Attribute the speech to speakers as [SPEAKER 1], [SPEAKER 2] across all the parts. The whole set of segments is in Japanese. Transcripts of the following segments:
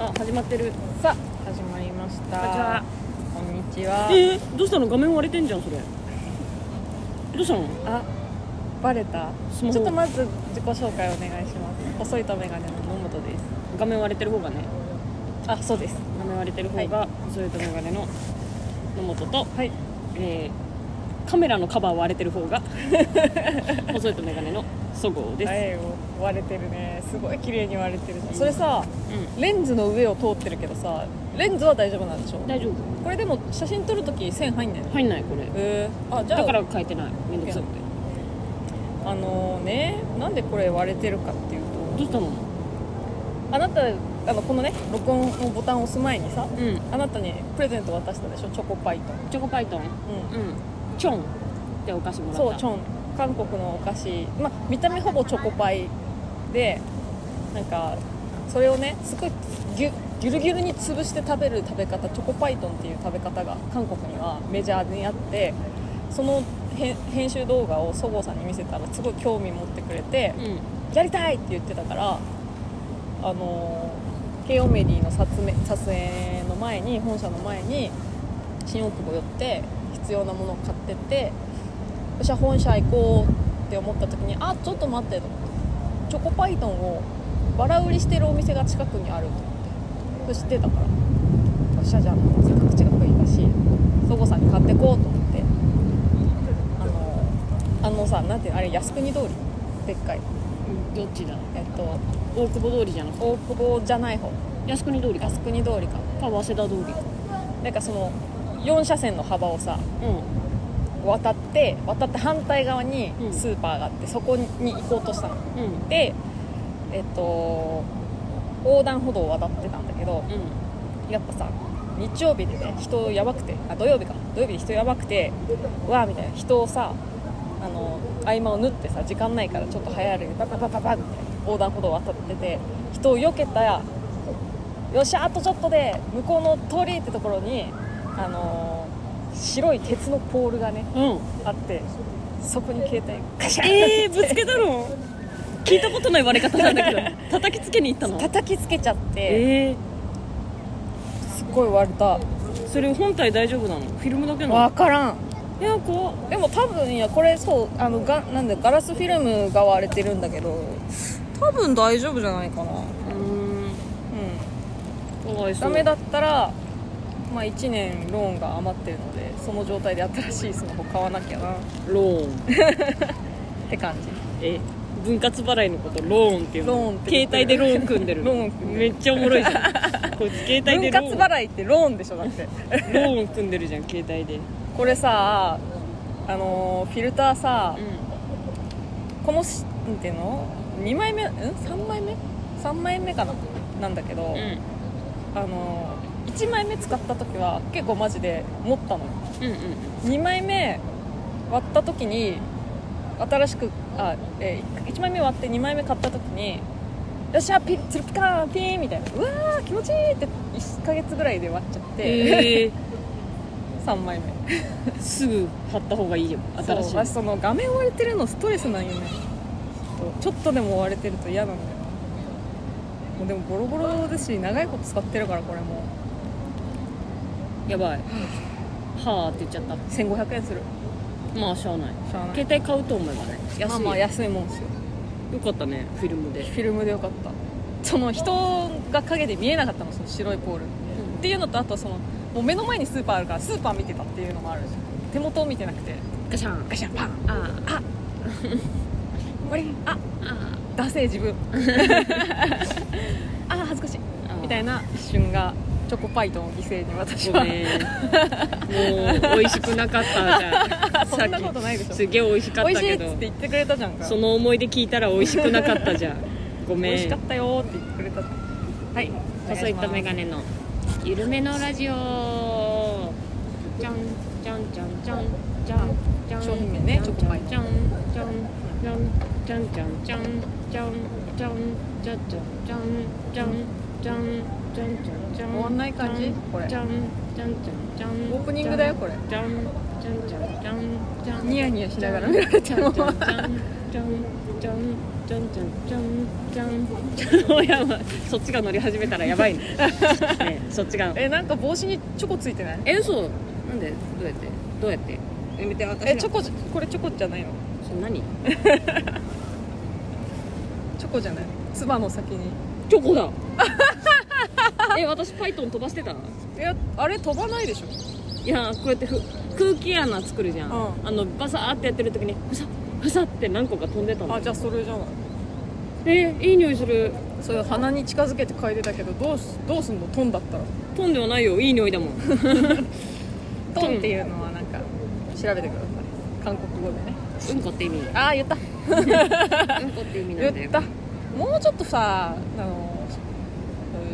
[SPEAKER 1] あ始まってる
[SPEAKER 2] さあ始まりました
[SPEAKER 1] こんにちは
[SPEAKER 2] こんにちは
[SPEAKER 1] えー、どうしたの画面割れてんじゃんそれどうしたの
[SPEAKER 2] あバレた
[SPEAKER 1] ス
[SPEAKER 2] ち
[SPEAKER 1] マ
[SPEAKER 2] ょ
[SPEAKER 1] ホ
[SPEAKER 2] っとまず自己紹介お願いします細いとメガネの野本です
[SPEAKER 1] 画面割れてる方がね
[SPEAKER 2] あそうです
[SPEAKER 1] 画面割れてる方が、それとメガネの野本と、
[SPEAKER 2] はい
[SPEAKER 1] えーカメラのカバー割れてる方 が細いとメガネのそごうです、
[SPEAKER 2] 前を割れてるねすごい綺麗に割れてるじゃんそれさ
[SPEAKER 1] う
[SPEAKER 2] レンズの上を通ってるけどさレンズは大丈夫なんでしょ
[SPEAKER 1] ん大丈夫
[SPEAKER 2] これでも写真撮るとき線入んないの
[SPEAKER 1] 入んないこれ
[SPEAKER 2] えー、あじゃあ
[SPEAKER 1] だから変えてないめんどくさくて
[SPEAKER 2] あのねなんでこれ割れてるかっていうと
[SPEAKER 1] どうしたの
[SPEAKER 2] あなたあのこのね録音のボタンを押す前にさ
[SPEAKER 1] うん
[SPEAKER 2] あなたにプレゼント渡したでしょチョコパイと、
[SPEAKER 1] チョコパイトンうんチョンってお菓子もらった
[SPEAKER 2] そうチョン韓国のお菓子、まあ、見た目ほぼチョコパイでなんかそれをねすごいぎゅギュルギュルに潰して食べる食べ方チョコパイトンっていう食べ方が韓国にはメジャーにあってその編編集動画をそごうさんに見せたらすごい興味持ってくれて
[SPEAKER 1] うん
[SPEAKER 2] やりたいって言ってたからあのーケイオメディの撮影撮影の前に本社の前に新大久保寄って必要なものを買ってってよっしゃ本社行こうって思った時にあちょっと待ってと思ってチョコパイトンをバラ売りしてるお店が近くにあると思ってそれ知ってたからよっしゃじゃあもうせっかく近くいいたしそごさんに買ってこうと思ってあのーあのさなんていうのあれ靖国通りでっかい
[SPEAKER 1] どっちだ
[SPEAKER 2] えっと
[SPEAKER 1] 大久保通りじゃなくて
[SPEAKER 2] 大久保じゃない方
[SPEAKER 1] 靖国通りか
[SPEAKER 2] 靖国通りか
[SPEAKER 1] か早稲田通り
[SPEAKER 2] なんかその4車線の幅をさ
[SPEAKER 1] う
[SPEAKER 2] 渡って渡って反対側に
[SPEAKER 1] うん
[SPEAKER 2] スーパーがあって、そこに行こうとしたの
[SPEAKER 1] んうん
[SPEAKER 2] でえっと横断歩道を渡ってたんだけど
[SPEAKER 1] う
[SPEAKER 2] やっぱさ日曜日でね人やばくてあ土曜日か土曜日で人やばくてうわーみたいな人をさあの合間を縫ってさ時間ないからちょっと早歩いてパパパパパって横断歩道を渡ってて人を避けたらよっしゃあとちょっとで向こうの通りってところにあのー白い鉄のポールがね
[SPEAKER 1] ん、うん、
[SPEAKER 2] あってそこに携帯ガシャン
[SPEAKER 1] えー、ぶつけたの聞いたことない割れ方なんだ けど叩きつけに行ったの
[SPEAKER 2] 叩きつけちゃって
[SPEAKER 1] え
[SPEAKER 2] すっごい割れた
[SPEAKER 1] ー、それ本体大丈夫なのフィルムだけなの
[SPEAKER 2] 分からん
[SPEAKER 1] いや怖っ
[SPEAKER 2] でも多分いやこれそうあのがなんだガラスフィルムが割れてるんだけど多分大丈夫じゃないかなうん
[SPEAKER 1] うーんかわいそう
[SPEAKER 2] ダメだったらまあ1年ローンが余ってるのでその状態で新しいスマホ買わなきゃなっ
[SPEAKER 1] ローン
[SPEAKER 2] て感じ
[SPEAKER 1] え分割払いのことローンっていうの
[SPEAKER 2] ローンって言
[SPEAKER 1] 携
[SPEAKER 2] ってる
[SPEAKER 1] 帯でローン組んでる
[SPEAKER 2] ローン組ん
[SPEAKER 1] めっちゃおもろいじゃん こいつ携帯で
[SPEAKER 2] 分割
[SPEAKER 1] ローン
[SPEAKER 2] 払いってローンでしょだって
[SPEAKER 1] ローン組んでるじゃん携帯で
[SPEAKER 2] これさあのーフィルターさこのしなんていうの2枚目ん3枚目3枚目かななんだけど、
[SPEAKER 1] う
[SPEAKER 2] あのー1枚目使った時は結構マジで持ったのよ
[SPEAKER 1] んうんうん
[SPEAKER 2] 2枚目割った時に新しくあ、え1枚目割って2枚目買った時によっしゃピツルピカーンピーンみたいなうわー気持ちいいって1ヶ月ぐらいで割っちゃって、
[SPEAKER 1] え
[SPEAKER 2] 3枚目
[SPEAKER 1] ー、すぐ貼った方がいいよ新し
[SPEAKER 2] そ
[SPEAKER 1] い
[SPEAKER 2] う私その画面割れてるのストレスなんよねちょっとでも割れてると嫌なんだよもうでもボロボロですし長いこと使ってるからこれも
[SPEAKER 1] やばいはあって言っちゃった
[SPEAKER 2] 1500円する
[SPEAKER 1] まあしゃあない
[SPEAKER 2] しゃあない
[SPEAKER 1] 携帯買うと思えばね安いよ
[SPEAKER 2] まあまあ安いもんですよ
[SPEAKER 1] よかったねフィルムで
[SPEAKER 2] フィルムでよかったその人が陰で見えなかったのその白いポールっていうのとあとそのもう目の前にスーパーあるからスーパー見てたっていうのもあるし手元を見てなくて
[SPEAKER 1] ガシャン
[SPEAKER 2] ガシャンパン
[SPEAKER 1] あ
[SPEAKER 2] あ終わりあ
[SPEAKER 1] あ
[SPEAKER 2] ダセー自分 あー恥ずかしい
[SPEAKER 1] あ
[SPEAKER 2] みた
[SPEAKER 1] い
[SPEAKER 2] いな一瞬がチョコパイトンを犠牲に私
[SPEAKER 1] ご
[SPEAKER 2] は
[SPEAKER 1] めんもう美味しくなかったじゃん
[SPEAKER 2] そんなことないでしょ
[SPEAKER 1] すげえ美味しかっ
[SPEAKER 2] 美
[SPEAKER 1] た
[SPEAKER 2] 味しい
[SPEAKER 1] け
[SPEAKER 2] っつって
[SPEAKER 1] ど
[SPEAKER 2] 言ってくれたじゃんか
[SPEAKER 1] その思い出聞いたら美味しくなかったじゃんご
[SPEAKER 2] 美
[SPEAKER 1] め
[SPEAKER 2] 味しかっ
[SPEAKER 1] ん
[SPEAKER 2] たよーって言ってくれたじゃんはいお願
[SPEAKER 1] 細
[SPEAKER 2] い
[SPEAKER 1] い
[SPEAKER 2] します
[SPEAKER 1] とメガネの緩めのラジオじゃんじゃんじゃんじゃんじゃんじゃん
[SPEAKER 2] 商品名ねチョコパイ
[SPEAKER 1] じゃんじゃんじゃんじゃんじゃんじゃんじゃんじゃんじゃんじゃんじゃんじゃんじゃんじゃんじゃんじゃん
[SPEAKER 2] 終わんない感じこれ
[SPEAKER 1] じゃんじゃんじゃんじゃん
[SPEAKER 2] オープニングだよこれ
[SPEAKER 1] じゃんじゃんじゃんじゃんじゃん
[SPEAKER 2] ニヤニヤしながら見られても
[SPEAKER 1] じゃんじゃんじゃんじゃんちゃんちゃんちゃんちゃんちゃんちゃんやばいそっちが乗り始めたらやばいねねそっちが
[SPEAKER 2] えなんか帽子にチョコついてない
[SPEAKER 1] え嘘なんでどうやってどうやってやめて私
[SPEAKER 2] えチョコこれチョコじゃないの
[SPEAKER 1] それ何
[SPEAKER 2] チョコじゃないつばの先に
[SPEAKER 1] チョコだえ私パイトン飛ばしてた
[SPEAKER 2] いやあれ飛ばないでしょ
[SPEAKER 1] いやこうやってふ空気穴作るじゃん、
[SPEAKER 2] う
[SPEAKER 1] あのバサーってやってる時にふさふさって何個か飛んでたの
[SPEAKER 2] あじゃあそれじゃない
[SPEAKER 1] えいい匂いする
[SPEAKER 2] それ鼻に近づけて嗅いでたけどどうすどうすんのトンだったら
[SPEAKER 1] 飛んではないよいい匂いだもん
[SPEAKER 2] トンっていうのはなんか調べてください韓国語でね
[SPEAKER 1] うんこって意味
[SPEAKER 2] ああ言った
[SPEAKER 1] うんこって意味なんだ
[SPEAKER 2] 言っ
[SPEAKER 1] よ
[SPEAKER 2] たもうちょっとさあの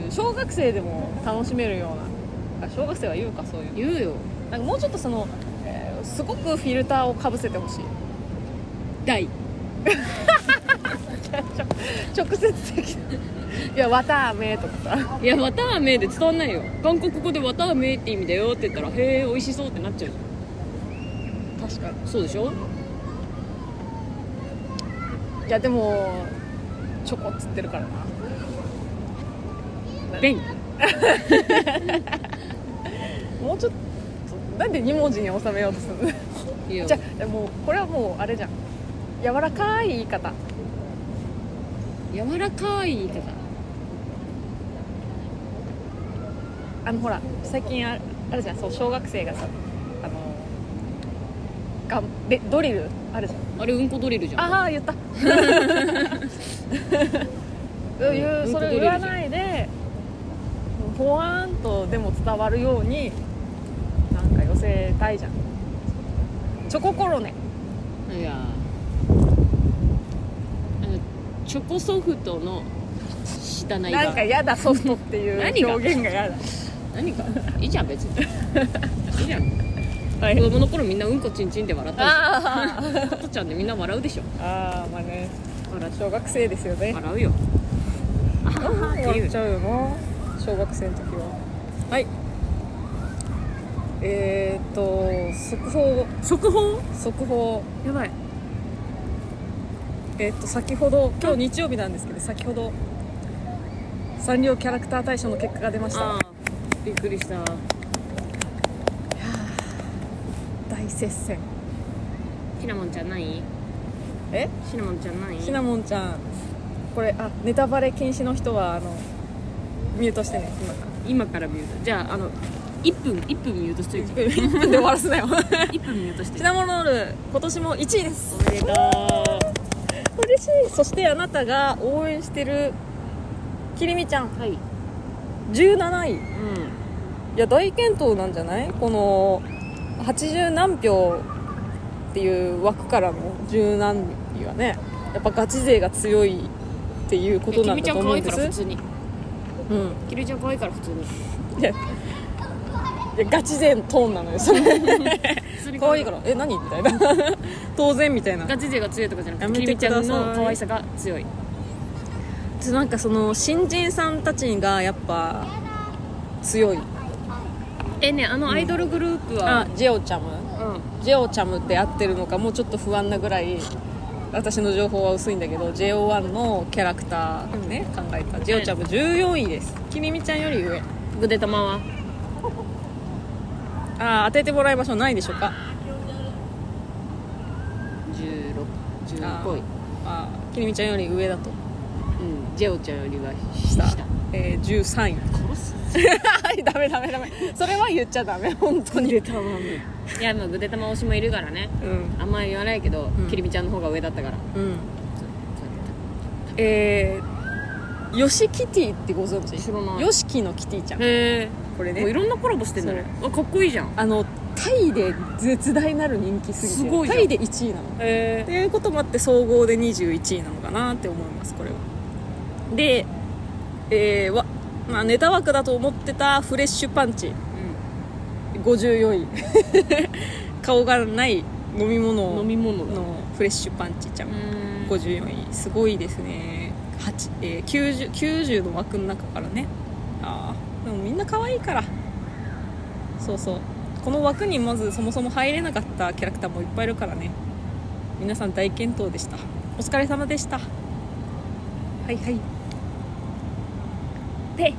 [SPEAKER 2] うん小学生でも楽しめるようなあ小学生は言うかそういう
[SPEAKER 1] 言うよ
[SPEAKER 2] なんかもうちょっとその、えーすごくフィルターをかぶせてほしい
[SPEAKER 1] 大
[SPEAKER 2] 直接的ないや「わたあめ」とかさ
[SPEAKER 1] いやわたあめで伝わんないよ韓国語でわたあめって意味だよって言ったらへえ美味しそうってなっちゃうじゃ
[SPEAKER 2] 確か
[SPEAKER 1] んそうでしょ
[SPEAKER 2] にいやでもチョコっつってるからな
[SPEAKER 1] 便
[SPEAKER 2] もうちょっとなんで2文字に収めようとするの
[SPEAKER 1] いいよ
[SPEAKER 2] じゃあもうこれはもうあれじゃん柔らかい言い方
[SPEAKER 1] 柔らかい言い方
[SPEAKER 2] あのほら最近ああるじゃんそう小学生がさあのがんべドリルあるじ
[SPEAKER 1] あれうんこドリルじゃん
[SPEAKER 2] ああ言ったう ん言うそれを言わないでほわーんとでも伝わるようになんか寄せたいじゃんチョココロネ
[SPEAKER 1] いやあのチョコソフトの下ない
[SPEAKER 2] なん
[SPEAKER 1] が
[SPEAKER 2] か嫌だソフトってい
[SPEAKER 1] 何
[SPEAKER 2] う
[SPEAKER 1] が
[SPEAKER 2] 表現が嫌だ
[SPEAKER 1] 何かいいじゃん 別にいいじゃん
[SPEAKER 2] はい
[SPEAKER 1] 子供の頃みんなうんこちんちんで笑った
[SPEAKER 2] あー
[SPEAKER 1] でしょトちゃんでみんな笑うでしょ
[SPEAKER 2] あーまあね
[SPEAKER 1] 笑
[SPEAKER 2] 小学生ですよね
[SPEAKER 1] う笑うよあははって
[SPEAKER 2] 笑
[SPEAKER 1] い
[SPEAKER 2] っ
[SPEAKER 1] う
[SPEAKER 2] ちゃうよな小学生の時ははいえー、っと速報
[SPEAKER 1] 速報
[SPEAKER 2] 速報
[SPEAKER 1] やばい
[SPEAKER 2] えー、っと先ほど今日日曜日なんですけど先ほどサンリオキャラクター大賞の結果が出ました
[SPEAKER 1] あーびっくりした
[SPEAKER 2] 大接戦
[SPEAKER 1] シナモンちゃんない
[SPEAKER 2] え
[SPEAKER 1] シナモンちゃんない
[SPEAKER 2] シナモンちゃんこれあネタバレ禁止の人はあのミュートしてね今から
[SPEAKER 1] 今からミュートじゃああの1分1分ミュートしといて
[SPEAKER 2] 1分で終わらせなよ
[SPEAKER 1] 1分ミュートしとい
[SPEAKER 2] シ
[SPEAKER 1] て
[SPEAKER 2] ナモロール今年も1位です
[SPEAKER 1] おめでとう
[SPEAKER 2] 嬉しいそしてあなたが応援してるきりみちゃん
[SPEAKER 1] はいうん
[SPEAKER 2] 17位いや大健闘なんじゃないこの80何票っていう枠からの十何位はねやっぱガチ勢が強いっていうことなん
[SPEAKER 1] 君ち
[SPEAKER 2] だ
[SPEAKER 1] ゃ
[SPEAKER 2] と
[SPEAKER 1] ん
[SPEAKER 2] 思う
[SPEAKER 1] 可
[SPEAKER 2] ん
[SPEAKER 1] 愛い
[SPEAKER 2] で
[SPEAKER 1] か
[SPEAKER 2] す
[SPEAKER 1] ら普通に
[SPEAKER 2] うん
[SPEAKER 1] キリちゃん可愛いから普通に
[SPEAKER 2] いやいやガチ勢のトーンなのよそれ
[SPEAKER 1] 普通に
[SPEAKER 2] 可愛いからえ何みたいな 当然みたいな
[SPEAKER 1] ガチ勢が強いとかじゃな
[SPEAKER 2] や
[SPEAKER 1] くて
[SPEAKER 2] め
[SPEAKER 1] キ
[SPEAKER 2] て
[SPEAKER 1] リ
[SPEAKER 2] く
[SPEAKER 1] ち
[SPEAKER 2] ださ
[SPEAKER 1] ゃ
[SPEAKER 2] い
[SPEAKER 1] んの可愛さが強い
[SPEAKER 2] ちょっとなんかその新人さんたちがやっぱ強い
[SPEAKER 1] えねあのアイドルグループ
[SPEAKER 2] あ
[SPEAKER 1] は、
[SPEAKER 2] ジェオちゃんも
[SPEAKER 1] うん
[SPEAKER 2] ジェオチャムって合ってるのかもうちょっと不安なぐらい私の情報は薄いんだけど JO1 のキャラクターね、考えたジェオチャム14位ですきみみちゃんより上
[SPEAKER 1] グデ玉は
[SPEAKER 2] あー当ててもらいましょうないでしょうか
[SPEAKER 1] 1615位
[SPEAKER 2] あーきみみちゃんより上だと
[SPEAKER 1] うんジェオちゃんよりは
[SPEAKER 2] 下
[SPEAKER 1] 下下
[SPEAKER 2] えー、13位
[SPEAKER 1] 殺す
[SPEAKER 2] はい ダメダメダメそれは言っちゃダメ本当に
[SPEAKER 1] いやまあグデ玉推しもいるからね
[SPEAKER 2] うん
[SPEAKER 1] あんまり言わないけど、
[SPEAKER 2] うん
[SPEAKER 1] キリミちゃんの方が上だったから
[SPEAKER 2] うんえー、ヨシキティってご存知
[SPEAKER 1] 知らない
[SPEAKER 2] ヨシキのキティちゃん
[SPEAKER 1] へ
[SPEAKER 2] これ
[SPEAKER 1] え、もうい
[SPEAKER 2] ね
[SPEAKER 1] ろんなコラボしてんだねあかっこいいじゃんへ
[SPEAKER 2] あのタイで絶大なる人気すぎて
[SPEAKER 1] すごいじゃん
[SPEAKER 2] タイで1位なの
[SPEAKER 1] え
[SPEAKER 2] っていうこともあって総合で21位なのかなって思いますこれはで、えーわまあ、ネタ枠だと思ってたフレッシュパンチ54位 顔がない飲み
[SPEAKER 1] うん、
[SPEAKER 2] 物
[SPEAKER 1] 飲み物だ
[SPEAKER 2] のフレッシュパンチちゃん
[SPEAKER 1] うん
[SPEAKER 2] 54位すごいですね8、えー 90, 90の枠の中からねああでもみんな可愛いからそうそうこの枠にまずそもそも入れなかったキャラクターもいっぱいいるからね皆さん大健闘でしたお疲れ様でしたはいはい
[SPEAKER 1] で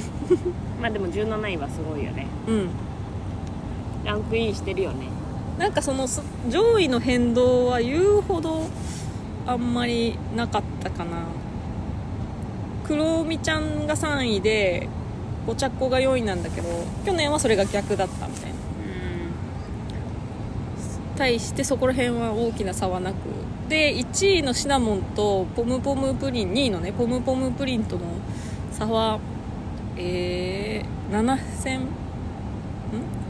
[SPEAKER 1] まあでも17位はすごいよね
[SPEAKER 2] うん
[SPEAKER 1] ランクインしてるよね
[SPEAKER 2] なんかそのす上位の変動は言うほどあんまりなかったかな黒みちゃんが3位でお茶っ子が4位なんだけど去年はそれが逆だったみたいな
[SPEAKER 1] う
[SPEAKER 2] 対してそこら辺は大きな差はなくで1位のシナモンとポムポムプリン2位のねポムポムプリンとの差はえー、7000ん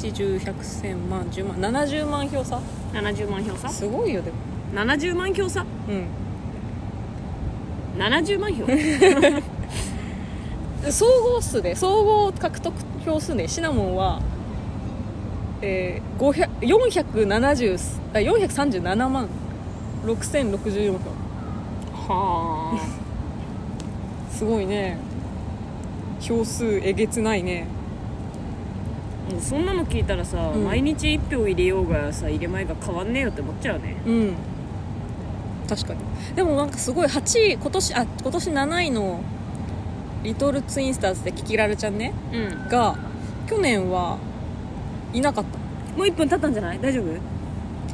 [SPEAKER 2] 10100千万10万70万票差
[SPEAKER 1] ん70万票差
[SPEAKER 2] すごいよでも
[SPEAKER 1] 70万票差
[SPEAKER 2] う
[SPEAKER 1] 70万票
[SPEAKER 2] ん総合数で総合獲得票数でシナモンはえー、500 470あ437万6064票
[SPEAKER 1] は
[SPEAKER 2] すごいね票数えげつないね
[SPEAKER 1] あそんなの聞いたらさ、
[SPEAKER 2] うん
[SPEAKER 1] 毎日1票入れようがさ入れまいが変わんねえよって思っちゃうね
[SPEAKER 2] うん確かにでもなんかすごい8位今年あ今年7位の「リトルツインスターズ」でキキラルちゃんね
[SPEAKER 1] うん
[SPEAKER 2] が去年はいなかっ
[SPEAKER 1] もう1分経ったんじゃない大丈夫、 うん、
[SPEAKER 2] た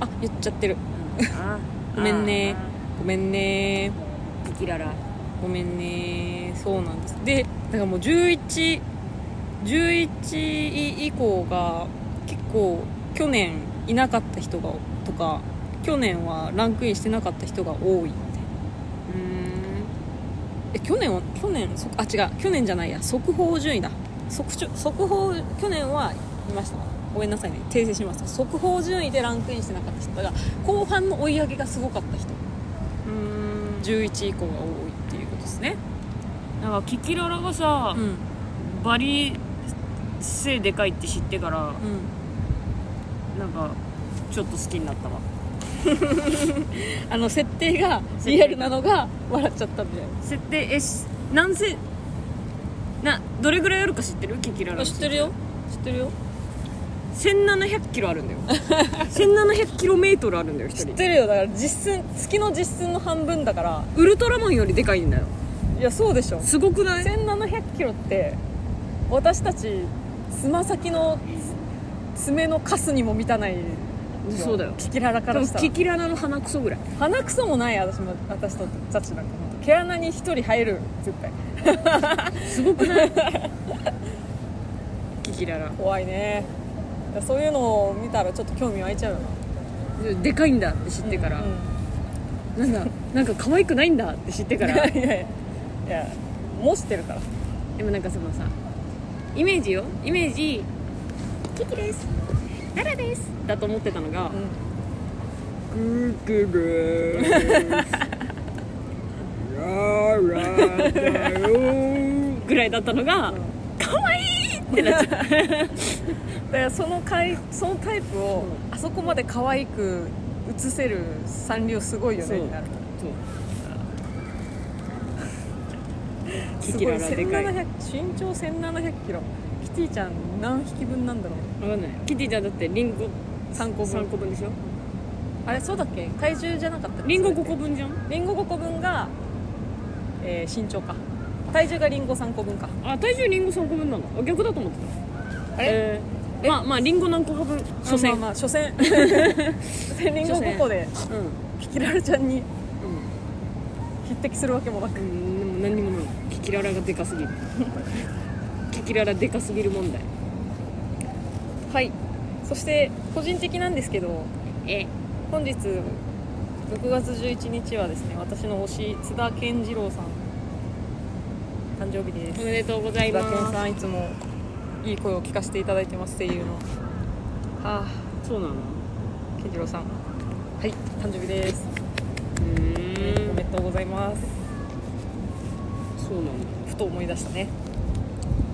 [SPEAKER 2] あ言っちゃってる
[SPEAKER 1] あ
[SPEAKER 2] ごめんね
[SPEAKER 1] あ
[SPEAKER 2] ごめんね
[SPEAKER 1] ーキキララ
[SPEAKER 2] ごめんねそうなんですでだからもう1111位以降が結構去年いなかった人がとか去年はランクインしてなかった人が多いう
[SPEAKER 1] ーん
[SPEAKER 2] え去年は去年そあ違う去年じゃないや速報順位だ速ちょ速報去年はいましたごめんなさいね訂正しました速報順位でランクインしてなかった人が後半の追い上げがすごかった人
[SPEAKER 1] うーん
[SPEAKER 2] 11位以降が多いっていうことですね
[SPEAKER 1] なんかキキララがさ、
[SPEAKER 2] うん
[SPEAKER 1] バリ背でかいって知ってからなんかちょっと好きになったわ
[SPEAKER 2] あの設定がリアルなのが笑っちゃったんだよ
[SPEAKER 1] 設定えし何せなどれぐらいあるか知ってるキキララ
[SPEAKER 2] 知ってるよ知ってるよ
[SPEAKER 1] 1700キロあるんだよ 1700キロメートルあるんだよ一
[SPEAKER 2] 知っ
[SPEAKER 1] 人
[SPEAKER 2] てるよだから実寸月の実寸の半分だから
[SPEAKER 1] ウルトラマンよりでかいんだよ
[SPEAKER 2] いやそうでしょ
[SPEAKER 1] すごくない
[SPEAKER 2] 1700キロって私たちつま先のつ爪のカスにも満たない
[SPEAKER 1] そうだよ
[SPEAKER 2] キキララか
[SPEAKER 1] で
[SPEAKER 2] ら
[SPEAKER 1] も
[SPEAKER 2] した
[SPEAKER 1] キ
[SPEAKER 2] ら
[SPEAKER 1] キララの鼻くそぐらい
[SPEAKER 2] 鼻くそもない私も私たちなんかほんと毛穴に一人入る絶対
[SPEAKER 1] すごくない キキララ
[SPEAKER 2] 怖いねいやそういうのを見たらちょっと興味湧いちゃうよな
[SPEAKER 1] でかいんだって知ってから、
[SPEAKER 2] うん
[SPEAKER 1] なんだなんか可愛くないんだって知ってか
[SPEAKER 2] いや
[SPEAKER 1] ら
[SPEAKER 2] いやいやいやもしてるから
[SPEAKER 1] でもなんかそのさイメージよイメージキキですララですだと思ってたのが、
[SPEAKER 2] う
[SPEAKER 1] グーグルーララだよぐらいだったのが、
[SPEAKER 2] ん
[SPEAKER 1] 可愛いってなっちゃう
[SPEAKER 2] だからそのかいそのタイプをあそこまで可愛く映せるサンリオすごいよね
[SPEAKER 1] そう
[SPEAKER 2] になる
[SPEAKER 1] キキララ
[SPEAKER 2] すご
[SPEAKER 1] でかい
[SPEAKER 2] 1700身長1 7 0 0キロキティちゃん何匹分なんだろう
[SPEAKER 1] 分かんないキティちゃんだってリンゴ
[SPEAKER 2] 3個分
[SPEAKER 1] 3個分でしょ
[SPEAKER 2] あれそうだっけ体重じゃなかったっけ
[SPEAKER 1] リンゴ
[SPEAKER 2] それ
[SPEAKER 1] 5
[SPEAKER 2] って
[SPEAKER 1] 個分じゃん
[SPEAKER 2] リンゴ5個分が、えー身長か体重がリンゴ3個分か
[SPEAKER 1] あ体重リンゴ3個分なのあ逆だと思ってた
[SPEAKER 2] あれ、
[SPEAKER 1] えーまあまあリンゴ何個か分所詮、
[SPEAKER 2] まあまあ所 詮所詮リンゴ5個で
[SPEAKER 1] うん
[SPEAKER 2] キキララちゃんに匹敵するわけもなく
[SPEAKER 1] うん、でも何にもないキキララがでかすぎるキキララでかすぎる問題
[SPEAKER 2] はいそして個人的なんですけど
[SPEAKER 1] え
[SPEAKER 2] 本日6月11日はですね私の推し津田健次郎さん誕生日です
[SPEAKER 1] おめでとうござい
[SPEAKER 2] 津
[SPEAKER 1] ま
[SPEAKER 2] 田
[SPEAKER 1] す
[SPEAKER 2] 健さんいつもいい声を聞かせていただいてます声優のはあ
[SPEAKER 1] そうなのう
[SPEAKER 2] 健次郎さんはい誕生日ですお
[SPEAKER 1] ー
[SPEAKER 2] め
[SPEAKER 1] ん
[SPEAKER 2] でとうございます
[SPEAKER 1] そうなんだ
[SPEAKER 2] ふと思い出したね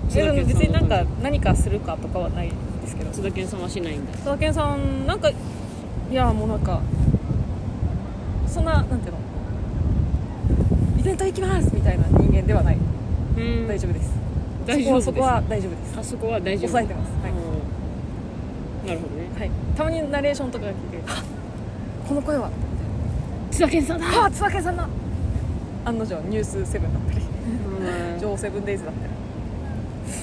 [SPEAKER 1] 津
[SPEAKER 2] え
[SPEAKER 1] 田
[SPEAKER 2] でも
[SPEAKER 1] 健さん
[SPEAKER 2] 別になんか
[SPEAKER 1] の
[SPEAKER 2] 何かするかとかはないですけど
[SPEAKER 1] 津田健さんはしないんだ
[SPEAKER 2] 佐健さんなんかいやもうなんかそんななんていうのイベント行きますみたいな人間ではない、
[SPEAKER 1] うん
[SPEAKER 2] 大丈夫です
[SPEAKER 1] 大丈夫です
[SPEAKER 2] そこはそこは大丈夫です
[SPEAKER 1] あそこは大丈夫
[SPEAKER 2] 抑えてますはい
[SPEAKER 1] うんなるほどね
[SPEAKER 2] はい、たまにナレーションとかが聞いて「あこの声は」みたいな
[SPEAKER 1] 津田健さんだ
[SPEAKER 2] ああ津田健さんだ案の定ニュースセブンだったり
[SPEAKER 1] うん
[SPEAKER 2] 女王セブンデイズだったり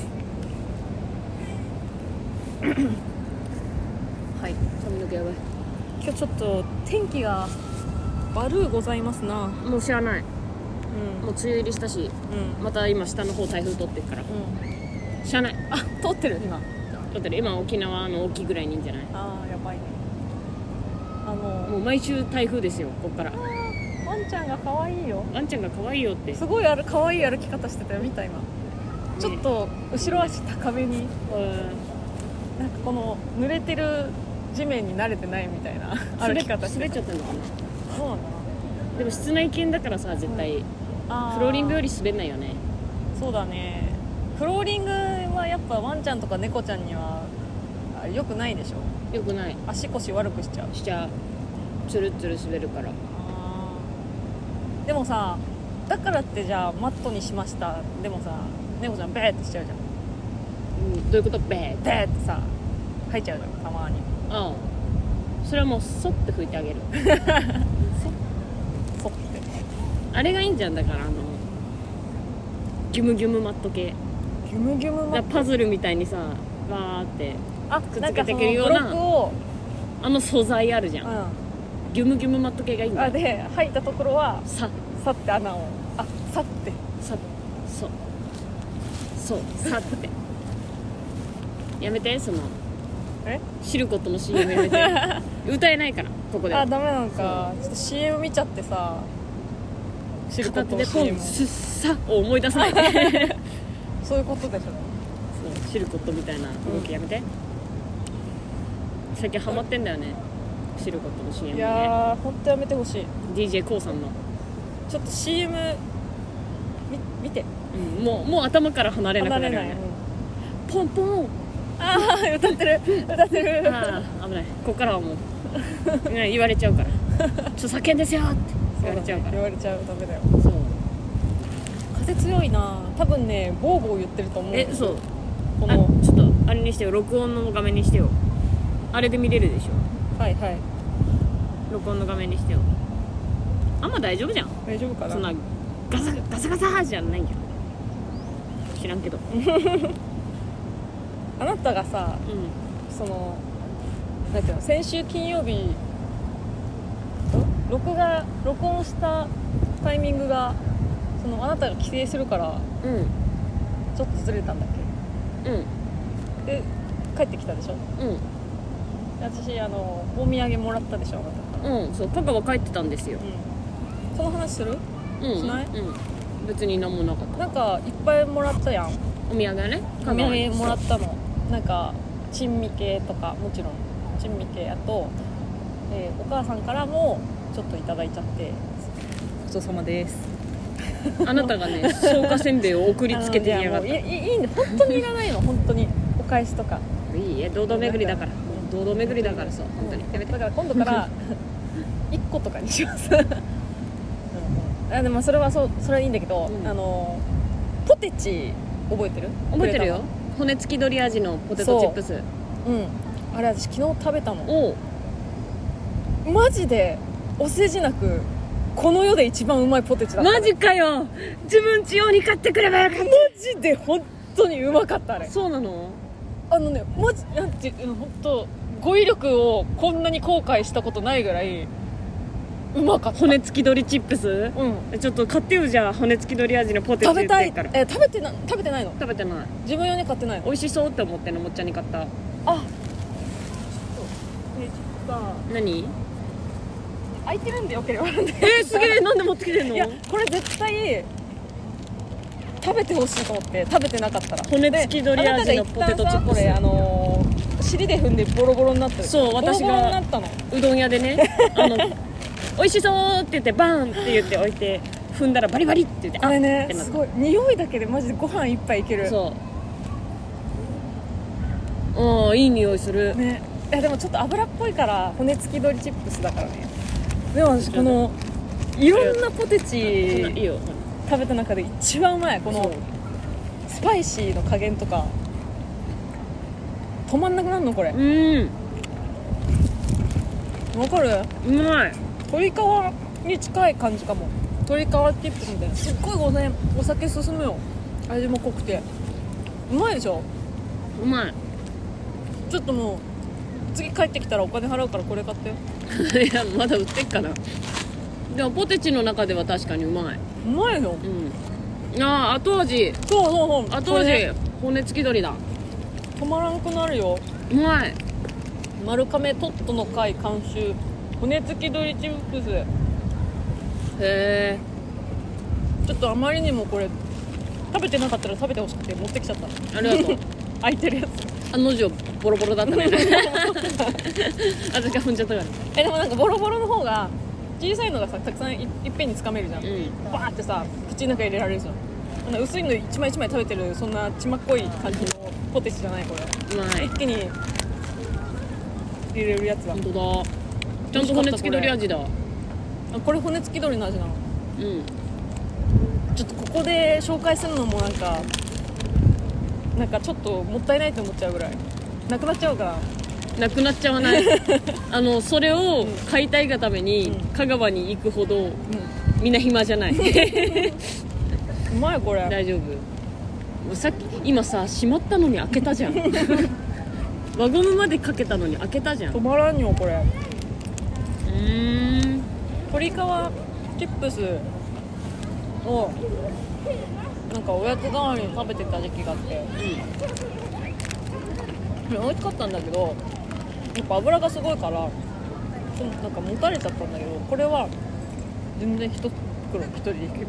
[SPEAKER 2] はい
[SPEAKER 1] 髪の毛やばい
[SPEAKER 2] 今日ちょっと天気が悪うございますな
[SPEAKER 1] もう知らないも
[SPEAKER 2] うん
[SPEAKER 1] う梅雨入りしたし
[SPEAKER 2] うん
[SPEAKER 1] また今下の方台風取ってっから
[SPEAKER 2] うん
[SPEAKER 1] 知らない
[SPEAKER 2] あ通ってる今
[SPEAKER 1] だって今沖縄の沖ぐらいにいんじゃない
[SPEAKER 2] ああやばいねあ
[SPEAKER 1] も
[SPEAKER 2] の
[SPEAKER 1] う毎週台風ですよこっから
[SPEAKER 2] ワンちゃんが可愛いよ
[SPEAKER 1] ワンちゃんが可愛いよって
[SPEAKER 2] すごいある可愛い歩き方してたよ見た今ちょっと後ろ足高めに
[SPEAKER 1] うん
[SPEAKER 2] なんかこの濡れてる地面に慣れてないみたいな歩
[SPEAKER 1] 滑れ
[SPEAKER 2] き方し
[SPEAKER 1] 滑
[SPEAKER 2] て
[SPEAKER 1] っちゃ
[SPEAKER 2] た
[SPEAKER 1] ったのかな
[SPEAKER 2] そうなんだ
[SPEAKER 1] でも室内犬だからさ絶対
[SPEAKER 2] な
[SPEAKER 1] フローリングよ
[SPEAKER 2] り
[SPEAKER 1] り滑んないよね
[SPEAKER 2] そうだねフローリングはやっぱワンちゃんとか猫ちゃんにはよくないでしょ
[SPEAKER 1] よくない
[SPEAKER 2] 足腰悪くしちゃう
[SPEAKER 1] しちゃつるつる滑るから
[SPEAKER 2] でもさだからってじゃあマットにしましたでもさ猫ちゃんベーってしちゃうじゃん
[SPEAKER 1] うんどういうことベーって
[SPEAKER 2] ベーってさ入っちゃうじゃんたまに
[SPEAKER 1] ああそれはもうそって拭いてあげる
[SPEAKER 2] そって
[SPEAKER 1] あれがいいんじゃんだからあのギュムギュムマット系
[SPEAKER 2] ギュムギュム
[SPEAKER 1] だ
[SPEAKER 2] マ
[SPEAKER 1] から
[SPEAKER 2] ッ
[SPEAKER 1] パズルみたいにさわーって
[SPEAKER 2] あ
[SPEAKER 1] つ
[SPEAKER 2] なん
[SPEAKER 1] け
[SPEAKER 2] か
[SPEAKER 1] て
[SPEAKER 2] その
[SPEAKER 1] く
[SPEAKER 2] ブ
[SPEAKER 1] るよう
[SPEAKER 2] ロ
[SPEAKER 1] な
[SPEAKER 2] ックを
[SPEAKER 1] あの素材あるじゃん
[SPEAKER 2] う
[SPEAKER 1] ギュムギュムマット系がいいん
[SPEAKER 2] ん
[SPEAKER 1] だ
[SPEAKER 2] あ
[SPEAKER 1] よ
[SPEAKER 2] で入ったところは
[SPEAKER 1] さ
[SPEAKER 2] さって穴をあさって
[SPEAKER 1] さそうそうさってやめてその
[SPEAKER 2] え
[SPEAKER 1] シルコットの CM や めて歌えないからここで
[SPEAKER 2] あダメなのかちょっと CM 見ちゃってさシルコッ
[SPEAKER 1] 片
[SPEAKER 2] トの
[SPEAKER 1] 手でポ
[SPEAKER 2] CM
[SPEAKER 1] ンスッサを思い出さないで
[SPEAKER 2] そういうことでしょ
[SPEAKER 1] そうシルコットみたいな動きやめて、最近ハマってんだよねシルコットの CM
[SPEAKER 2] い
[SPEAKER 1] にね
[SPEAKER 2] やーほんとやめてほしい
[SPEAKER 1] d j k o さんの、
[SPEAKER 2] ちょっと CM み見て
[SPEAKER 1] うん、もうもう頭から離れなくな
[SPEAKER 2] 離れ
[SPEAKER 1] るよ
[SPEAKER 2] ない、
[SPEAKER 1] ねポンポン
[SPEAKER 2] ああ歌ってる歌ってる
[SPEAKER 1] ああ危ないここからはもう、ね、言われちゃうから「ちょっと叫んですよ!」って言われちゃうか
[SPEAKER 2] 言
[SPEAKER 1] ら
[SPEAKER 2] われちゃうダメだよ
[SPEAKER 1] そう,、
[SPEAKER 2] 風強いな多分ねボーボー言ってると思う
[SPEAKER 1] えそう
[SPEAKER 2] こ
[SPEAKER 1] あ
[SPEAKER 2] の
[SPEAKER 1] ちょっとあれにしてよ録音の画面にしてよあれで見れるでしょ
[SPEAKER 2] はいはい
[SPEAKER 1] 録音の画面にしてよあんま大丈夫じゃん
[SPEAKER 2] 大丈夫かな
[SPEAKER 1] そんなガサガサガサじゃないんじゃん知らんけどうん
[SPEAKER 2] あなたがさそのなんていうの先週金曜日ん録画録音したタイミングがそのあなたが帰省するから
[SPEAKER 1] うん
[SPEAKER 2] ちょっとずれたんだっ
[SPEAKER 1] うん
[SPEAKER 2] けで帰ってきたでしょ私あのお土産もらったでしょあなたから
[SPEAKER 1] うんうんそうパパは帰ってたんですよ
[SPEAKER 2] うんその話する
[SPEAKER 1] うん
[SPEAKER 2] しない
[SPEAKER 1] うん、別に何もなかった
[SPEAKER 2] なんかいっぱいもらったやん
[SPEAKER 1] お土産ね
[SPEAKER 2] お土産もらったのなんか珍味系とかもちろん珍味系あと、えーお母さんからもちょっといただいちゃってごちそうさまです
[SPEAKER 1] あなたが ね消化せんべいを送りつけてきや
[SPEAKER 2] あ
[SPEAKER 1] がっ
[SPEAKER 2] の
[SPEAKER 1] た
[SPEAKER 2] いやもういいいいいいんで本当にいらないの本当にお返しとか
[SPEAKER 1] いいえ堂々巡りだから
[SPEAKER 2] うん
[SPEAKER 1] 堂々巡りだからさ本当にやめて
[SPEAKER 2] だから今度から 1個とかにしますあでもそれはそうそれはいいんだけど、
[SPEAKER 1] うん
[SPEAKER 2] あのポテチ覚えてる
[SPEAKER 1] 覚えてるよ骨付き鶏味のポテトチップス
[SPEAKER 2] うんあれ私昨日食べたの
[SPEAKER 1] を
[SPEAKER 2] マジでお世辞なくこの世で一番うまいポテチだった
[SPEAKER 1] マジかよ自分家用に買ってくればよかっ
[SPEAKER 2] マジで本当にうまかったあ
[SPEAKER 1] た
[SPEAKER 2] れ
[SPEAKER 1] そうなの
[SPEAKER 2] あのねマジなんていうの本当語彙力をこんなに後悔したことないぐらいうまかった
[SPEAKER 1] 骨付き鶏チップス
[SPEAKER 2] うん
[SPEAKER 1] ちょっと買ってよじゃあ骨付き鶏味のポテチ
[SPEAKER 2] 食べたい
[SPEAKER 1] 言ってっから
[SPEAKER 2] え食べてな食べてないの
[SPEAKER 1] 食べてない
[SPEAKER 2] 自分用に買ってないの
[SPEAKER 1] 美味しそうって思ってのもっちゃんに買った
[SPEAKER 2] あちょっとえちょっとさ
[SPEAKER 1] 何
[SPEAKER 2] 空いてるんでよければ
[SPEAKER 1] えー、す げえなんで持ってきてん
[SPEAKER 2] いや
[SPEAKER 1] の
[SPEAKER 2] これ絶対食べてほしいと思って食べてなかったら
[SPEAKER 1] 骨付き鶏
[SPEAKER 2] であなた
[SPEAKER 1] 味
[SPEAKER 2] が
[SPEAKER 1] の
[SPEAKER 2] 一
[SPEAKER 1] ポ
[SPEAKER 2] 旦
[SPEAKER 1] テ
[SPEAKER 2] さ
[SPEAKER 1] トチップ
[SPEAKER 2] これあ
[SPEAKER 1] ス
[SPEAKER 2] のー尻で踏んでボロボロになったでしょ
[SPEAKER 1] そう私が
[SPEAKER 2] ボロボロになったの
[SPEAKER 1] うどん屋でねあの美味しそうって言ってバーンって言って置いて踏んだらバリバリって言って
[SPEAKER 2] あれ
[SPEAKER 1] っ
[SPEAKER 2] ね
[SPEAKER 1] てなっ
[SPEAKER 2] す
[SPEAKER 1] た
[SPEAKER 2] ごい匂いだけでマジでご飯一杯いける
[SPEAKER 1] そううんいい匂いする
[SPEAKER 2] ねいやでもちょっと脂っぽいから骨付き鶏チップスだからねでも私このいろんなポテ
[SPEAKER 1] そんないい
[SPEAKER 2] チ
[SPEAKER 1] よ
[SPEAKER 2] 食べた中で一番うまいこ
[SPEAKER 1] そう
[SPEAKER 2] のスパイシーの加減とか止まんなくなるのこれ
[SPEAKER 1] うん
[SPEAKER 2] わかる
[SPEAKER 1] うまい
[SPEAKER 2] 鶏皮に近い感じかも鶏皮チップスみたいなすっごいお,、ね、お酒進むよ味も濃くてうまいでしょ
[SPEAKER 1] うまい
[SPEAKER 2] ちょっともう次帰ってきたらお金払うからこれ買ってう
[SPEAKER 1] いやまだ売ってっかなでもポテチの中では確かにうまい
[SPEAKER 2] まいよ
[SPEAKER 1] うんああ後味
[SPEAKER 2] そうそうそう
[SPEAKER 1] 後
[SPEAKER 2] これ
[SPEAKER 1] 味、
[SPEAKER 2] ね
[SPEAKER 1] 骨付き鳥だ
[SPEAKER 2] 止まらんくなるよ
[SPEAKER 1] うまい
[SPEAKER 2] 丸亀トットの会監修骨付き鶏チップス
[SPEAKER 1] へえ
[SPEAKER 2] ちょっとあまりにもこれ食べてなかったら食べてほしくて持ってきちゃった
[SPEAKER 1] ありが とう
[SPEAKER 2] 空いてるやつ
[SPEAKER 1] あの字をボロボロだった ね私が踏んじゃったから
[SPEAKER 2] えでもなんかボロボロの方が小さいのがさたくさんいいっぺんにつかめるじゃん、
[SPEAKER 1] う
[SPEAKER 2] バーってさ口の中入れられるじゃんあの薄いの一枚一枚食べてるそんなちまっこい感じのポテチじゃないこれ
[SPEAKER 1] んうまい
[SPEAKER 2] 一気に入れるやつだ
[SPEAKER 1] 本当だちゃんと骨付き鳥味だう
[SPEAKER 2] あこれ骨付き鳥の味なの
[SPEAKER 1] ん
[SPEAKER 2] ちょっとここで紹介するのもなんかなんかちょっともったいないと思っちゃうぐらいなくなっちゃうから
[SPEAKER 1] なくなっちゃわない あのそれを買いたいがために
[SPEAKER 2] うん
[SPEAKER 1] 香川に行くほど
[SPEAKER 2] う
[SPEAKER 1] みんな暇じゃない
[SPEAKER 2] んうまいこれ
[SPEAKER 1] 大丈夫もうさっき今さ閉まったのに開けた じゃん輪ゴムまでかけたのに開けたじゃん
[SPEAKER 2] 止
[SPEAKER 1] う
[SPEAKER 2] まらんよこれ
[SPEAKER 1] ーん
[SPEAKER 2] 鶏皮チップスをなんかおやつ代わりに食べてた時期があって、美味しかったんだけどやっぱ油がすごいからちょっとなんかもたれちゃったんだけどこれは全然一袋一人でいける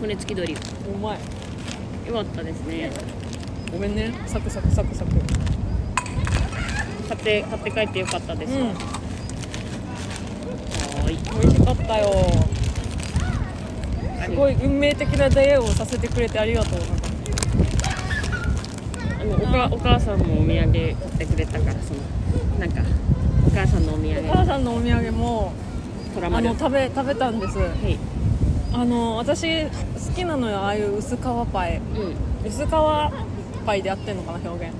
[SPEAKER 1] 骨付き鳥
[SPEAKER 2] うまい
[SPEAKER 1] よかったですね
[SPEAKER 2] ごめんねサクサクサクサクう
[SPEAKER 1] 買って買って帰ってよかったです、は
[SPEAKER 2] ん
[SPEAKER 1] ーい
[SPEAKER 2] 美味しかったよ
[SPEAKER 1] す
[SPEAKER 2] すごい運命的な出会いをさせてくれてありがとうなんか
[SPEAKER 1] あのおかお母さんもお土産買ってくれたからそのなんかお母さんのお土
[SPEAKER 2] お母
[SPEAKER 1] 産
[SPEAKER 2] さんのお土産も
[SPEAKER 1] トラ
[SPEAKER 2] あ
[SPEAKER 1] マル
[SPEAKER 2] の食べ食べたんです
[SPEAKER 1] はい
[SPEAKER 2] あの私好きなのよああいう薄皮パイ
[SPEAKER 1] うん
[SPEAKER 2] 薄皮パイでやってんのかな表現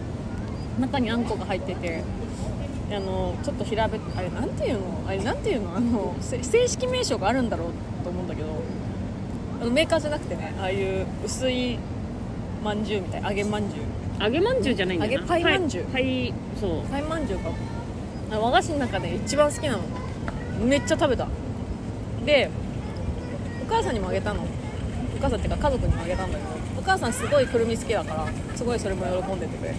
[SPEAKER 2] 中にあんこが入っててあのちょっと平べっあれなんていうのあれなんていうのあのせ正式名称があるんだろうと思うんだけどあのメーカーじゃなくてねああいう薄いまんじゅうみたいな揚げまんじゅう
[SPEAKER 1] 揚げまんじゅうじゃないんだよな
[SPEAKER 2] 揚げパイまんじゅう
[SPEAKER 1] パイパイそう
[SPEAKER 2] パイまんじゅうかあ和菓子の中で一番好きなのめっちゃ食べたでお母さんにもあげたのお母さんっていうか家族にもあげたんだけどお母さんすごいくるみ好きだからすごいそれも喜んでてくれ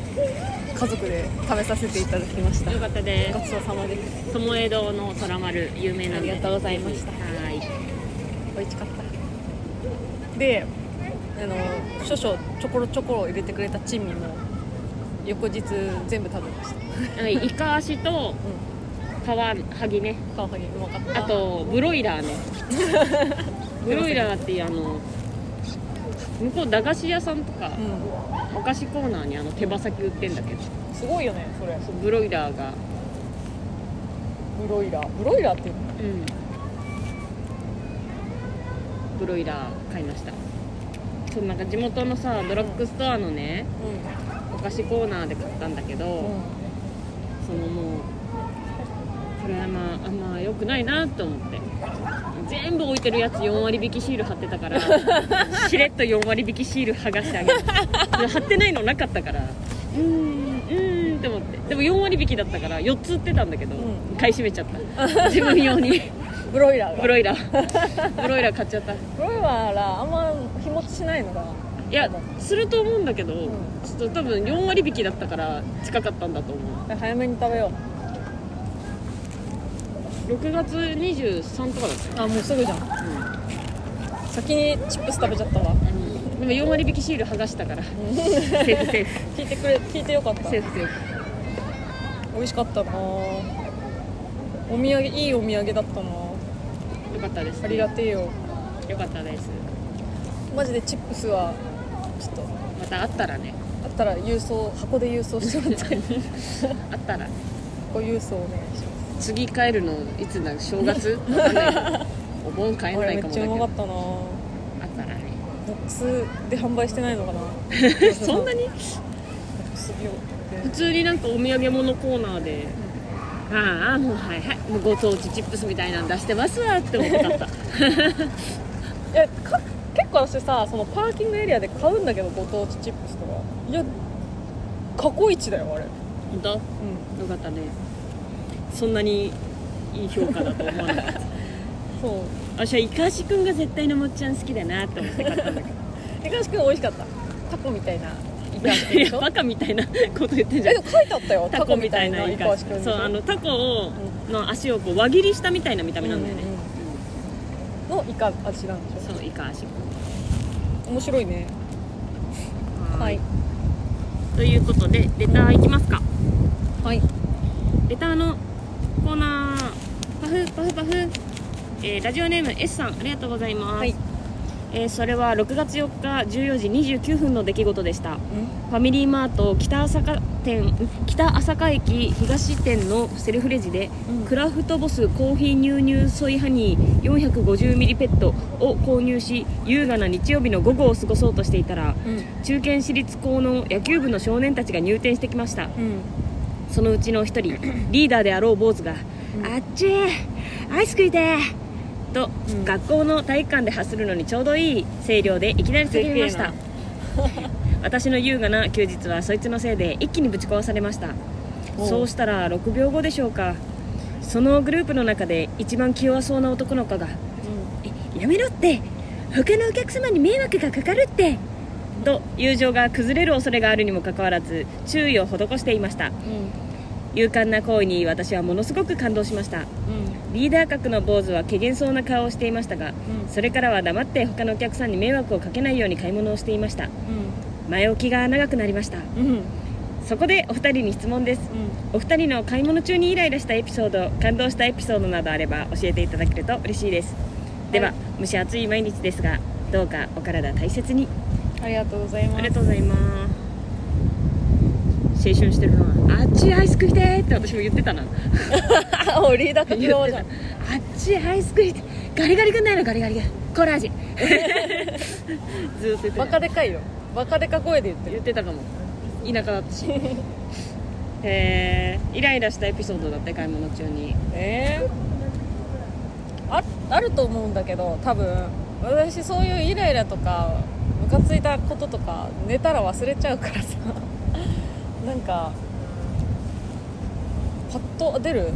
[SPEAKER 2] 家族で食べさせていただきました
[SPEAKER 1] よかったで
[SPEAKER 2] ごちそうさまです
[SPEAKER 1] す友江堂のトラマル有名なんで
[SPEAKER 2] ありがとうございました
[SPEAKER 1] はーい
[SPEAKER 2] 美味しかったであの少々ちょころちょころ入れてくれた珍味も翌日全部食べました
[SPEAKER 1] はいイカ足と皮剥ぎね
[SPEAKER 2] カワハギうまかった
[SPEAKER 1] あとブロイラーね ブロイラーっていうあの向こう駄菓子屋さんとか
[SPEAKER 2] う
[SPEAKER 1] お菓子コーナーにあの手羽先売ってんだけど
[SPEAKER 2] んすごいよねそれ
[SPEAKER 1] そうブロイラーが
[SPEAKER 2] ブロイラーブロイラーっていうの
[SPEAKER 1] うんブロイラー買いましたそうなんか地元のさドラッグストアのねお菓子コーナーで買ったんだけど、
[SPEAKER 2] うん、
[SPEAKER 1] そのもうこれはまああんま良くないなと思って全部置いてるやつ4割引きシール貼って たからしれっと4割引きシール剥がしてあげる貼ってないのなかったからうーんうーんって思ってでも4割引きだったから4つ売ってたんだけど、
[SPEAKER 2] うん
[SPEAKER 1] 買い占めちゃった自分用に
[SPEAKER 2] ブロイラーが
[SPEAKER 1] ブロイ ラーブロイラー買っちゃったい
[SPEAKER 2] ブロイラーがあんま日持ちしないのかな
[SPEAKER 1] やすると思うんだけど、
[SPEAKER 2] ん
[SPEAKER 1] ちょっと多分4割引きだったから近かったんだと思う
[SPEAKER 2] 早めに食べよ
[SPEAKER 1] 6月23とかだっ
[SPEAKER 2] う
[SPEAKER 1] たよ
[SPEAKER 2] あもうすぐじゃん先にチップス食べちゃったわ
[SPEAKER 1] でも4割引きシール剥がしたからセーフセーフ
[SPEAKER 2] 聞いてくれ聞いてよかった
[SPEAKER 1] セー
[SPEAKER 2] 美
[SPEAKER 1] フセーフ
[SPEAKER 2] 味しかったなお土産いいお土産だったな
[SPEAKER 1] よかったです、
[SPEAKER 2] ありがてえよ
[SPEAKER 1] よかったです
[SPEAKER 2] マジでチップスはちょっと
[SPEAKER 1] またあったらね
[SPEAKER 2] あったら郵送箱で郵送してもら ったり
[SPEAKER 1] あったら
[SPEAKER 2] 箱郵送お願いします
[SPEAKER 1] 次帰るのいつなん正月わかんないけどお盆帰
[SPEAKER 2] あ
[SPEAKER 1] んな
[SPEAKER 2] れ
[SPEAKER 1] い
[SPEAKER 2] め
[SPEAKER 1] か
[SPEAKER 2] っ
[SPEAKER 1] も
[SPEAKER 2] ちゃ
[SPEAKER 1] だけ
[SPEAKER 2] う
[SPEAKER 1] ど
[SPEAKER 2] まかったなボ
[SPEAKER 1] あったらね
[SPEAKER 2] ックスで販売してない のかな
[SPEAKER 1] そんなに
[SPEAKER 2] ボックス病
[SPEAKER 1] 普通になんかお土産物コーナーであああもうはいはいもうご当地チップスみたいなの出してますわって思って買った
[SPEAKER 2] いやか結構私さそのパーキングエリアで買うんだけどご当地チップスとかいや過去一だよあれ
[SPEAKER 1] 本当よ
[SPEAKER 2] う
[SPEAKER 1] かったねそんなにいい評価だと思わなか った
[SPEAKER 2] んそう
[SPEAKER 1] 私はイカシ君が絶対のもっちゃん好きだなって思って買ったんだけ
[SPEAKER 2] えかしくん美味しかったタコみたいなイカ
[SPEAKER 1] どいやバカみたいなこと言ってんじゃ
[SPEAKER 2] え
[SPEAKER 1] ん
[SPEAKER 2] でも書いてあったよ
[SPEAKER 1] タコみたいなイカ
[SPEAKER 2] し
[SPEAKER 1] シ
[SPEAKER 2] くんでし
[SPEAKER 1] 君そ
[SPEAKER 2] ょ
[SPEAKER 1] うあのタコをの足をこう輪切りしたみたいな見た目なんだよね、
[SPEAKER 2] うんうんのイカ味なんでし
[SPEAKER 1] そのイカ足
[SPEAKER 2] ょ面白いねはい
[SPEAKER 1] ということでレターいきますか
[SPEAKER 2] はい
[SPEAKER 1] レターのコーナーパフパフパフ、えーラジオネーム S さんありがとうございます、
[SPEAKER 2] はい
[SPEAKER 1] えーそれは6月4日14時29分の出来事でしたファミリーマート北朝霞店北朝霞駅東店のセルフレジで、
[SPEAKER 2] うん
[SPEAKER 1] クラフトボスコーヒー牛乳ソイハニー450ミリペットを購入し優雅な日曜日の午後を過ごそうとしていたら
[SPEAKER 2] うん
[SPEAKER 1] 中堅私立校の野球部の少年たちが入店してきまし
[SPEAKER 2] う
[SPEAKER 1] た
[SPEAKER 2] ん
[SPEAKER 1] そのうちの一 人リーダーであろう坊主が「
[SPEAKER 2] うん
[SPEAKER 1] あっちーアイス食いてー!」と、
[SPEAKER 2] うん
[SPEAKER 1] 学校の体育館で発するのにちょうどいい声量でいきなり叫びまし
[SPEAKER 2] で
[SPEAKER 1] た私の優雅な休日はそいつのせいで一気にぶち壊されました
[SPEAKER 2] おう
[SPEAKER 1] そうしたら6秒後でしょうかそのグループの中で一番気弱そうな男の子がえやめろって他のお客様に迷惑がかかるってと友情が崩れる恐れがあるにもかかわらず注意を施していました勇敢な行為に私はものすごく感動しましたリーダー格の坊主は怪げそうな顔をしていましたがそれからは黙って他のお客さんに迷惑をかけないように買い物をしていました前置きが長くなりました
[SPEAKER 2] うんうんうんうん
[SPEAKER 1] そこでお二人に質問ですお二人の買い物中にイライラしたエピソード感動したエピソードなどあれば教えていただけると嬉しいですでは、
[SPEAKER 2] はい
[SPEAKER 1] 蒸し暑い毎日ですがどうかお体大切に
[SPEAKER 2] ありがとうございます
[SPEAKER 1] ありがとうございます青春してるなあっちアイス食いてーって私も言ってたな
[SPEAKER 2] あおリーダーかけ側じゃん
[SPEAKER 1] あっちアイス食いてガリガリくんないのガリガリがコラー ジずっと言ってた
[SPEAKER 2] バカでかいよバカでか声で言ってる
[SPEAKER 1] 言ってたかも田舎だった しえー、イライラしたエピソードだって買い物中に
[SPEAKER 2] ええああると思うんだけど多分私そういうイライラとかムカついたこととか寝たら忘れちゃうからさ なんかパッと出る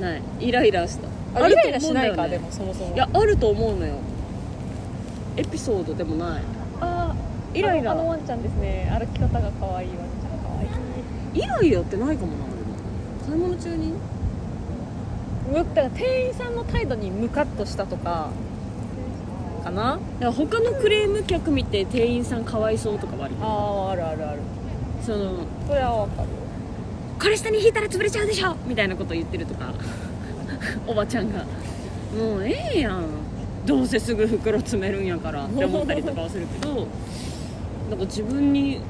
[SPEAKER 1] ないイライラした
[SPEAKER 2] あイライラしない
[SPEAKER 1] あ
[SPEAKER 2] か、
[SPEAKER 1] る
[SPEAKER 2] で
[SPEAKER 1] と思
[SPEAKER 2] もそもそ
[SPEAKER 1] うんだよね
[SPEAKER 2] も
[SPEAKER 1] いやあると思うのよエピソードでもない
[SPEAKER 2] あ
[SPEAKER 1] イライラ
[SPEAKER 2] あのあのワンちゃんですね歩き方が可愛いワンちゃん可愛い
[SPEAKER 1] イライラってないかもな俺も買い物中に
[SPEAKER 2] むだから店員さんの態度にムカッとしたとかかな
[SPEAKER 1] だから他のクレーム客見て店員さんかわいそうとかはある
[SPEAKER 2] あああるあるある
[SPEAKER 1] その
[SPEAKER 2] それはわかる
[SPEAKER 1] これ下に引いたら潰れちゃうでしょみたいなこと言ってるとか おばちゃんがもうええやんどうせすぐ袋詰めるんやからって思ったりとかはするけどなんか自分に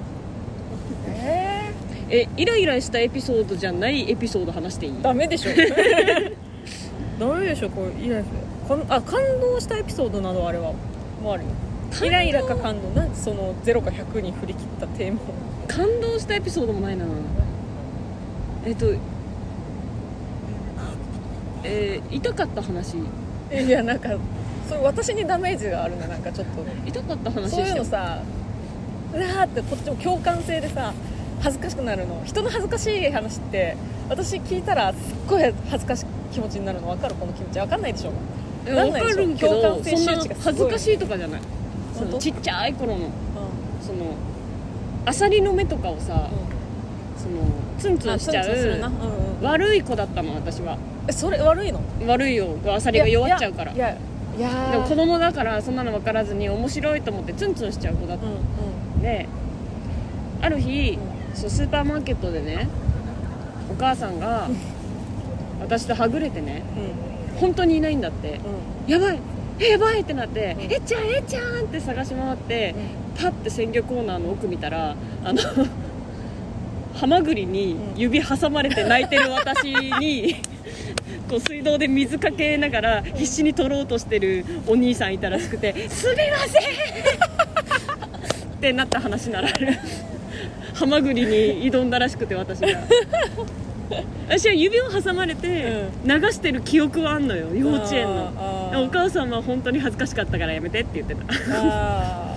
[SPEAKER 2] え
[SPEAKER 1] えイライラしたエピソードじゃないエピソード話していい
[SPEAKER 2] ダメでしょ ダメでしょこれイライラかんあ感動したエピソードなどあれはもうあるよイライラか感動なんでその0か100に振り切ったテーマを
[SPEAKER 1] 感動したエピソードもないなえっとえー痛かった話
[SPEAKER 2] いやなんかそれ私にダメージがあるのなんかちょっと
[SPEAKER 1] 痛かった話
[SPEAKER 2] そういう
[SPEAKER 1] して
[SPEAKER 2] のさうわーってこっちも共感性でさ恥ずかしくなるの人の恥ずかしい話って私聞いたらすっごい恥ずかしい気持ちになるの分かるこの気持ち分かんないでしょ
[SPEAKER 1] いや
[SPEAKER 2] なん
[SPEAKER 1] わ
[SPEAKER 2] な
[SPEAKER 1] か
[SPEAKER 2] いでしょ
[SPEAKER 1] るけど
[SPEAKER 2] 共感性
[SPEAKER 1] そん
[SPEAKER 2] 周
[SPEAKER 1] な
[SPEAKER 2] 知がすごい
[SPEAKER 1] 恥ずかしいとかじゃないそ
[SPEAKER 2] 本
[SPEAKER 1] の
[SPEAKER 2] 当
[SPEAKER 1] ちっちゃい頃のそのアサリの目とかをさ、そのツンツンしちゃ
[SPEAKER 2] あツンツンするなう
[SPEAKER 1] うん
[SPEAKER 2] うん
[SPEAKER 1] 悪い子だったの私は
[SPEAKER 2] えそれ悪いの
[SPEAKER 1] 悪いよアサリが弱っちゃうから
[SPEAKER 2] いやいやいや
[SPEAKER 1] でも子供だからそんなの分からずに面白いと思ってツンツンしちゃう子だっ
[SPEAKER 2] うんうん
[SPEAKER 1] たんである日、そうスーパーマーケットでねお母さ んが私とはぐれてね本当にいないんだってやばいえやばいってなって「
[SPEAKER 2] うん
[SPEAKER 1] えっちゃんえっちゃん!」って探し回って
[SPEAKER 2] うん
[SPEAKER 1] パッて鮮魚コーナーの奥見たらあの ハマグリに指挟まれて泣いてる私に こう水道で水かけながら必死に取ろうとしてるお兄さんいたらしくて「すみません!」 っ てなった話ならあるハマグリに挑んだらしくて私が私は指を挟まれて流してる記憶はあんのよ幼稚園の
[SPEAKER 2] あー
[SPEAKER 1] お母さんは本当に恥ずかしかったからやめてって言ってた
[SPEAKER 2] あ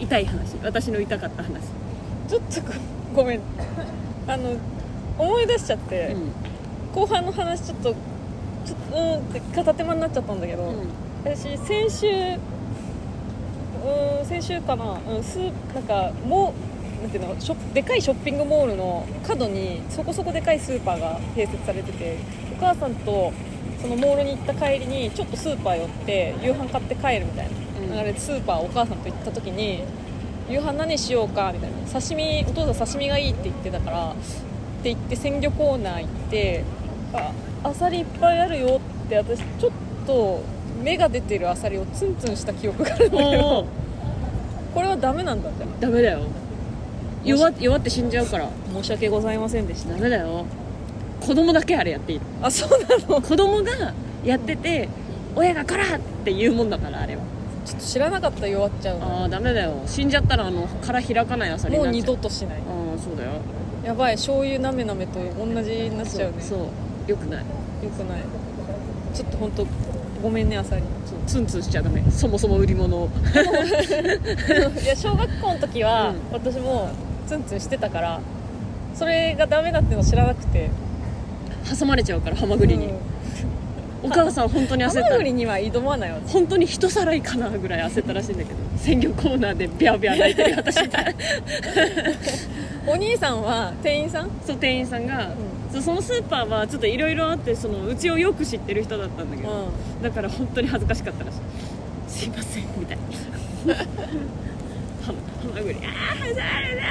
[SPEAKER 1] 痛い話私の痛かった話、
[SPEAKER 2] ーちょっとごごめんあの思い出しちゃって、
[SPEAKER 1] うん
[SPEAKER 2] 後半の話ちょっとちょっとうんって片手間になっちゃったんだけど、私先週うん先週かな、うん、スーなんかもうなんていうのショップでかいショッピングモールの角にそこそこでかいスーパーが併設されててお母さんとそのモールに行った帰りにちょっとスーパー寄って夕飯買って帰るみたいな流れでスーパーお母さんと行った時に夕飯何しようかみたいな刺身お父さん刺身がいいって言ってたからって言って鮮魚コーナー行ってあアサリいっぱいあるよって私ちょっと芽が出てるアサリをツンツンした記憶があるんだけ
[SPEAKER 1] お
[SPEAKER 2] ど
[SPEAKER 1] お
[SPEAKER 2] これはダメなんだって
[SPEAKER 1] ダメだよ弱っ弱って死んじゃうから
[SPEAKER 2] 申し訳ございませんでし
[SPEAKER 1] ダメだよ子供だけあれやっていいの
[SPEAKER 2] あそうなのちょっ
[SPEAKER 1] 子供がやってて親が「こら!」って言うもんだからあれは
[SPEAKER 2] と知らなかったら弱っちゃうの
[SPEAKER 1] ああダメだよ死んじゃったらあの殻開かないアサリに
[SPEAKER 2] もう
[SPEAKER 1] なっ
[SPEAKER 2] 二
[SPEAKER 1] ちゃう
[SPEAKER 2] 度としない
[SPEAKER 1] ああそうだよ
[SPEAKER 2] やばい醤油なめなめと同じになっちゃうね
[SPEAKER 1] そうそうよくない
[SPEAKER 2] よくないちょっと本当ごめんねアサリ
[SPEAKER 1] そうツンツンしちゃダメそもそも売り物を
[SPEAKER 2] いや小学校の時は、
[SPEAKER 1] うん
[SPEAKER 2] 私もツンツンしてたからそれがダメだっていうの知らなくて
[SPEAKER 1] 挟まれちゃうからハマグリに、
[SPEAKER 2] うん
[SPEAKER 1] お母さん本当に
[SPEAKER 2] ハ
[SPEAKER 1] 焦った
[SPEAKER 2] マグリには挑まないわ
[SPEAKER 1] 本当に一皿いいかなぐらい焦ったらしいんだけど鮮魚コーナーでビャービャー泣いてる私みたいな
[SPEAKER 2] お兄さんは店員さん
[SPEAKER 1] そう店員さんが、
[SPEAKER 2] う
[SPEAKER 1] そうそのスーパーはちょっといろいろあってそのうちをよく知ってる人だったんだけど、
[SPEAKER 2] う
[SPEAKER 1] だから本当に恥ずかしかったらしい「すいません」みたいなハマハマグリ「ああ挟まれた!」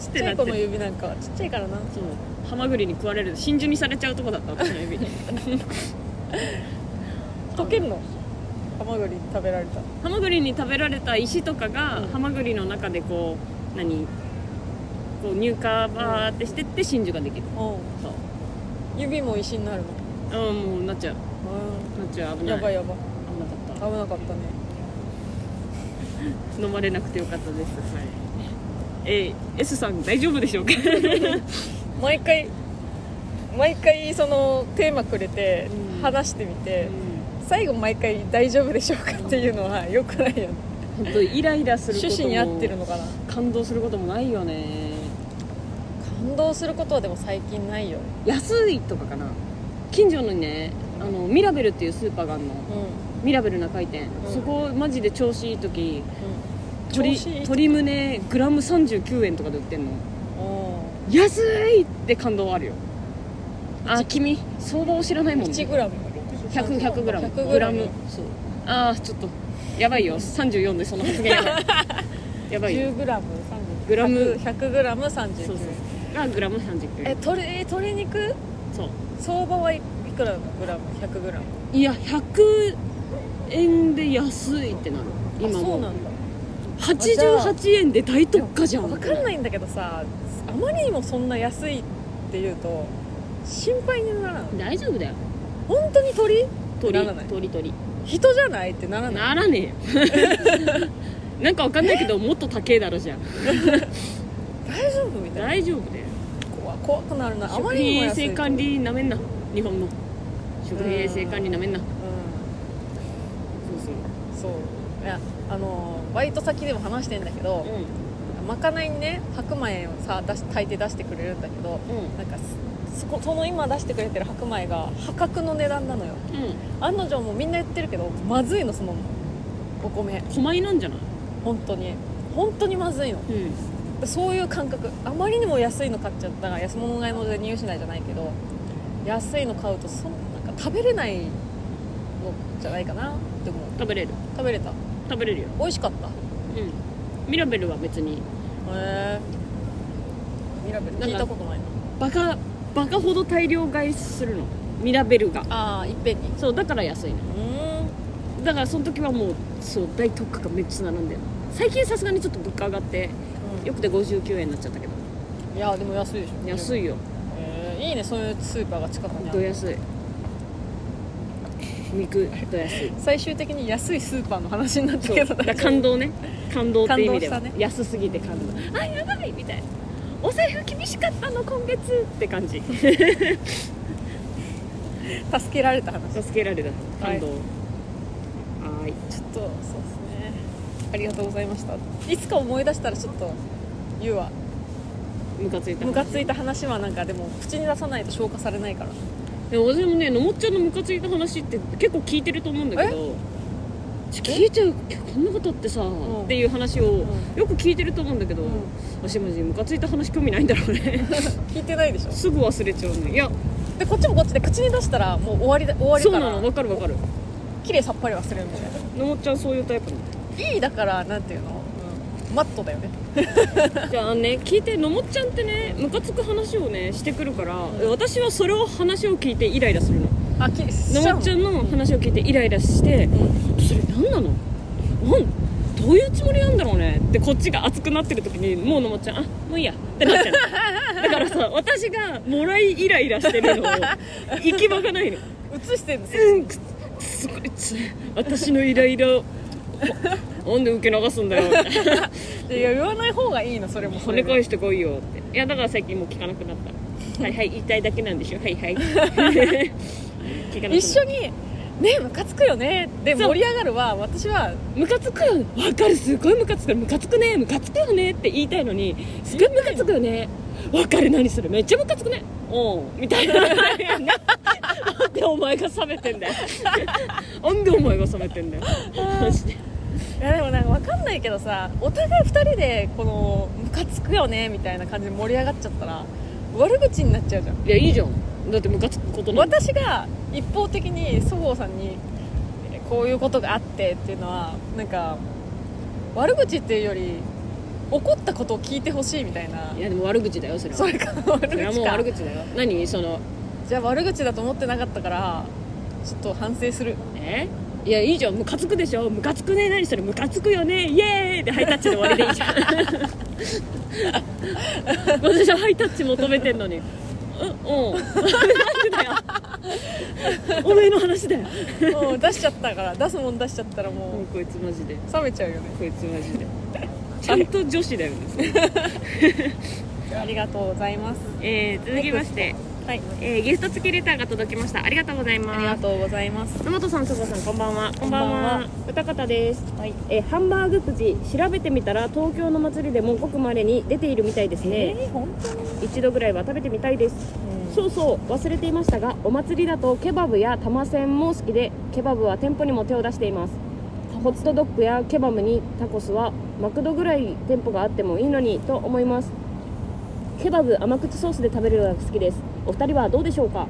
[SPEAKER 2] ち
[SPEAKER 1] っ
[SPEAKER 2] ってちゃ
[SPEAKER 1] ないって
[SPEAKER 2] 子
[SPEAKER 1] る
[SPEAKER 2] の指なんかはちっちゃいからな
[SPEAKER 1] そうハマグリに食われる真珠にされちゃうとこだった私の指
[SPEAKER 2] 溶けんのハマグリ食べられた
[SPEAKER 1] ハマグリに食べられた石とかが、ハマグリの中でこう何こう乳化バーってしてって真珠ができるそう
[SPEAKER 2] 指も石になるの、
[SPEAKER 1] あーもうなっちゃうなっちゃう危ない
[SPEAKER 2] やばい
[SPEAKER 1] 危
[SPEAKER 2] やばい
[SPEAKER 1] なかっ
[SPEAKER 2] 危なかったね
[SPEAKER 1] た飲まれなくてよかったですはいえー、S さん大丈夫でしょうか
[SPEAKER 2] 毎回毎回そのテーマくれて
[SPEAKER 1] うん
[SPEAKER 2] 話してみて、最後毎回「大丈夫でしょうか?」っていうのはよくないよね
[SPEAKER 1] 本当イライラすること
[SPEAKER 2] 趣
[SPEAKER 1] も
[SPEAKER 2] 旨に合ってるのかな
[SPEAKER 1] 感動することもないよね
[SPEAKER 2] 感動することはでも最近ないよね
[SPEAKER 1] 安いとかかな近所のねあのミラベルっていうスーパーがあるの
[SPEAKER 2] うん、
[SPEAKER 1] ミラベルな回転、
[SPEAKER 2] うん
[SPEAKER 1] そこマジで調子いい時
[SPEAKER 2] うん、
[SPEAKER 1] 鶏
[SPEAKER 2] 調子いい
[SPEAKER 1] 鶏胸グラム39円とかで売ってんの安いって感動あるよあ君相場を知らないもんね
[SPEAKER 2] 1グラム
[SPEAKER 1] 100 100グラム
[SPEAKER 2] 100
[SPEAKER 1] グラムそうああちょっとやばいよ34でその発言やばい やばいよ
[SPEAKER 2] 10グラム
[SPEAKER 1] グラム
[SPEAKER 2] 100グラム39
[SPEAKER 1] そうそうがグラム39
[SPEAKER 2] え
[SPEAKER 1] 円
[SPEAKER 2] 鶏鶏肉
[SPEAKER 1] そう
[SPEAKER 2] 相場はいいくらのグラム100グラム
[SPEAKER 1] いや100円で安いってなる
[SPEAKER 2] あ
[SPEAKER 1] 今
[SPEAKER 2] そ
[SPEAKER 1] も
[SPEAKER 2] う
[SPEAKER 1] う
[SPEAKER 2] なんだ
[SPEAKER 1] 88円で大特価じゃん
[SPEAKER 2] わかんないんだけどさあまりにもそんな安いっていうと心配にならない
[SPEAKER 1] 大丈夫だよ
[SPEAKER 2] 本当に鳥
[SPEAKER 1] 鳥
[SPEAKER 2] ならない
[SPEAKER 1] 鳥鳥
[SPEAKER 2] 人じゃないってならない
[SPEAKER 1] ならね えよなんかわかんないけどもっと高えだろじゃん
[SPEAKER 2] 大丈夫みたいな
[SPEAKER 1] 大丈夫だよ
[SPEAKER 2] 怖怖くなるなあま
[SPEAKER 1] 食
[SPEAKER 2] りに
[SPEAKER 1] 品
[SPEAKER 2] も
[SPEAKER 1] 衛
[SPEAKER 2] 安い
[SPEAKER 1] 生管理なめんな日本の食品衛生管理なめんなそう
[SPEAKER 2] うん
[SPEAKER 1] そ
[SPEAKER 2] そういやあのバイト先でも話してんだけど、
[SPEAKER 1] う
[SPEAKER 2] まかないにね白米をさ出し炊いて出してくれるんだけど
[SPEAKER 1] うんうん
[SPEAKER 2] なんかそそこその今出してくれてる白米が破格の値段なのよ
[SPEAKER 1] う
[SPEAKER 2] 案の定もうみんな言ってるけどまずいのそのお米
[SPEAKER 1] ん狛江なんじゃない
[SPEAKER 2] 本当に本当にまずいの
[SPEAKER 1] うん
[SPEAKER 2] そういう感覚あまりにも安いの買っちゃったら安物買いので入手ないじゃないけど安いの買うとそんなんか食べれないのじゃないかなって思う
[SPEAKER 1] 食べれる
[SPEAKER 2] 食べれた
[SPEAKER 1] 食べれるよ
[SPEAKER 2] 美味しかったへ
[SPEAKER 1] うんミラベルは別に
[SPEAKER 2] えミラベル
[SPEAKER 1] なんか
[SPEAKER 2] 聞いたことないな
[SPEAKER 1] バカバカほど大量買いするのミラベルが
[SPEAKER 2] ああいっぺんにう
[SPEAKER 1] そうだから安いの
[SPEAKER 2] ーん
[SPEAKER 1] だからその時はもうそう大特価がめっちゃ並んでる最近さすがにちょっと物価上がってよくて59円になっちゃったけど
[SPEAKER 2] いやでも安いでしょ
[SPEAKER 1] 安
[SPEAKER 2] い、
[SPEAKER 1] いよ
[SPEAKER 2] えーいいねそういうスーパーが近くにあ
[SPEAKER 1] ど
[SPEAKER 2] る
[SPEAKER 1] 安い肉ど安い
[SPEAKER 2] 最終的に安いスーパーの話になった
[SPEAKER 1] そう
[SPEAKER 2] け
[SPEAKER 1] だ
[SPEAKER 2] ど
[SPEAKER 1] から
[SPEAKER 2] 大丈夫
[SPEAKER 1] 感動ね感動って意味では、
[SPEAKER 2] 感動したね
[SPEAKER 1] 安すぎて感動あやばいみたいなお財布厳しかったの今月って感じ
[SPEAKER 2] 助けられた話ちょっ
[SPEAKER 1] 助けられた
[SPEAKER 2] はい
[SPEAKER 1] 感動はーい
[SPEAKER 2] とそうですねありがとうございましたいつか思い出したらちょっと言うわ
[SPEAKER 1] ムカついた
[SPEAKER 2] ムカついた話はなんかでも口に出さないと消化されないから
[SPEAKER 1] でも私もねのもっちゃんのムカついた話って結構聞いてると思うんだけどちょ聞いちゃうこんなことあってさ、
[SPEAKER 2] ん
[SPEAKER 1] っていう話を
[SPEAKER 2] ん
[SPEAKER 1] よく聞いてると思うんだけど、
[SPEAKER 2] うん
[SPEAKER 1] 私マジムカついた話興味ないんだろうね
[SPEAKER 2] 聞いてないでしょ
[SPEAKER 1] すぐ忘れちゃうねいや
[SPEAKER 2] でこっちもこっちで口に出したらもう終わりだ終わり
[SPEAKER 1] そう
[SPEAKER 2] だか
[SPEAKER 1] なの
[SPEAKER 2] ら
[SPEAKER 1] わかるわかる
[SPEAKER 2] 綺麗さっぱり忘れるみたい
[SPEAKER 1] のもっちゃんそういうタイプなの
[SPEAKER 2] ないいだからなんていうの、うんマットだよね
[SPEAKER 1] じゃあね聞いてのもっちゃんってねムカつく話をねしてくるから私はそれを話を聞いてイライラするの
[SPEAKER 2] あき
[SPEAKER 1] のもっちゃんの話を聞いてイライラして、それ何なのなんどういうつもりなんだろうねってこっちが熱くなってる時にもうのもっちゃんあもういいやってなっちゃうのだからさ私がもらいイライラしてるのを行き場がないの
[SPEAKER 2] 映してるんですよ
[SPEAKER 1] うんくすごいつ私のイライラをほなんで受け流すんだよって
[SPEAKER 2] でいや言わない方がいいのそれも
[SPEAKER 1] 跳
[SPEAKER 2] それ
[SPEAKER 1] ね
[SPEAKER 2] で
[SPEAKER 1] 返してこいよっていやだから最近もう聞かなくなったはいはい言いたいだけなんでしょはいはい聞かなくなった
[SPEAKER 2] 一緒に「ねムカつくよね」で
[SPEAKER 1] そう
[SPEAKER 2] 盛り上がるは私は
[SPEAKER 1] ムカつくよわかるすごいムカつくムカつくねムカつくよねって言いたいのにすごいムカつくよねわかる何それめっちゃムカつくねおうみたいななんでお前が冷めてんだよなんでお前が冷めてんだよマジで
[SPEAKER 2] いやでもなんか分かんないけどさお互い2人でこの「ムカつくよね」みたいな感じで盛り上がっちゃったら悪口になっちゃうじゃん
[SPEAKER 1] いやいいじゃんだってムカつくことなんて
[SPEAKER 2] 私が一方的にそごうさんにえーこういうことがあってっていうのはなんか悪口っていうより怒ったことを聞いてほしいみたいない
[SPEAKER 1] やでも悪口だよそれは
[SPEAKER 2] それから悪
[SPEAKER 1] それは
[SPEAKER 2] 口
[SPEAKER 1] もう
[SPEAKER 2] か
[SPEAKER 1] 悪口だよ何その
[SPEAKER 2] じゃあ悪口だと思ってなかったからちょっと反省 する
[SPEAKER 1] えいやいいじゃんムカつくでしょムカつくね何それムカつくよねイエーイでハイタッチで終わりでいいじゃん私はハイタッチ求めてんのにううんなんでだよおめえの話だよ
[SPEAKER 2] もう出しちゃったから出すもん出しちゃったら
[SPEAKER 1] も
[SPEAKER 2] も
[SPEAKER 1] うこいつマジで
[SPEAKER 2] う冷めちゃうよね
[SPEAKER 1] こいつマジでちゃんと女子だよね
[SPEAKER 2] ありがとうございます
[SPEAKER 1] えー、続きまして、
[SPEAKER 2] はい
[SPEAKER 1] えー、ゲスト付きレターが届きましたありがとうございます
[SPEAKER 2] ありがとうございます
[SPEAKER 1] 野本さん、そこさん、こんばんは。
[SPEAKER 2] こんばんは。
[SPEAKER 1] 歌方です。
[SPEAKER 2] はい
[SPEAKER 1] えーハンバーグくじ調べてみたら東京の祭りでもごくまれに出ているみたいです
[SPEAKER 2] え
[SPEAKER 1] ね、
[SPEAKER 2] ー、本当に、
[SPEAKER 1] 一度ぐらいは食べてみたいですそうそう忘れていましたがお祭りだとケバブや玉せんも好きでケバブは店舗にも手を出していますホットドッグやケバブにタコスはマクドぐらい店舗があってもいいのにと思いますケバブ甘口ソースで食べるのが好きですお二人はどうでしょうか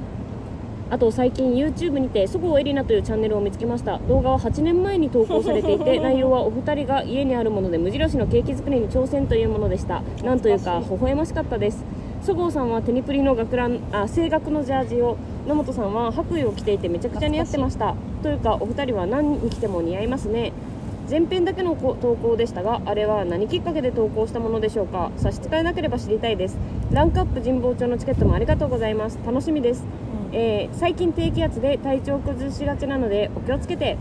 [SPEAKER 1] あと最近 YouTube にてそごうエリナというチャンネルを見つけました動画は8年前に投稿されてい て内容はお二人が家にあるもので無印のケーキ作りに挑戦というものでしたなんというか微笑ましかったですそごうさんは手にプリの学ランあ声楽のジャージを野本さんは白衣を着ていてめちゃくちゃ似合ってましたというかお二人は何に着ても似合いますね前編だけのこ投稿でしたがあれは何きっかけで投稿したものでしょうか差し支えなければ知りたいですランクアップ神保町のチケットもありがとうございます楽しみですえー最近低気圧で体調崩しがちなのでお気をつけて、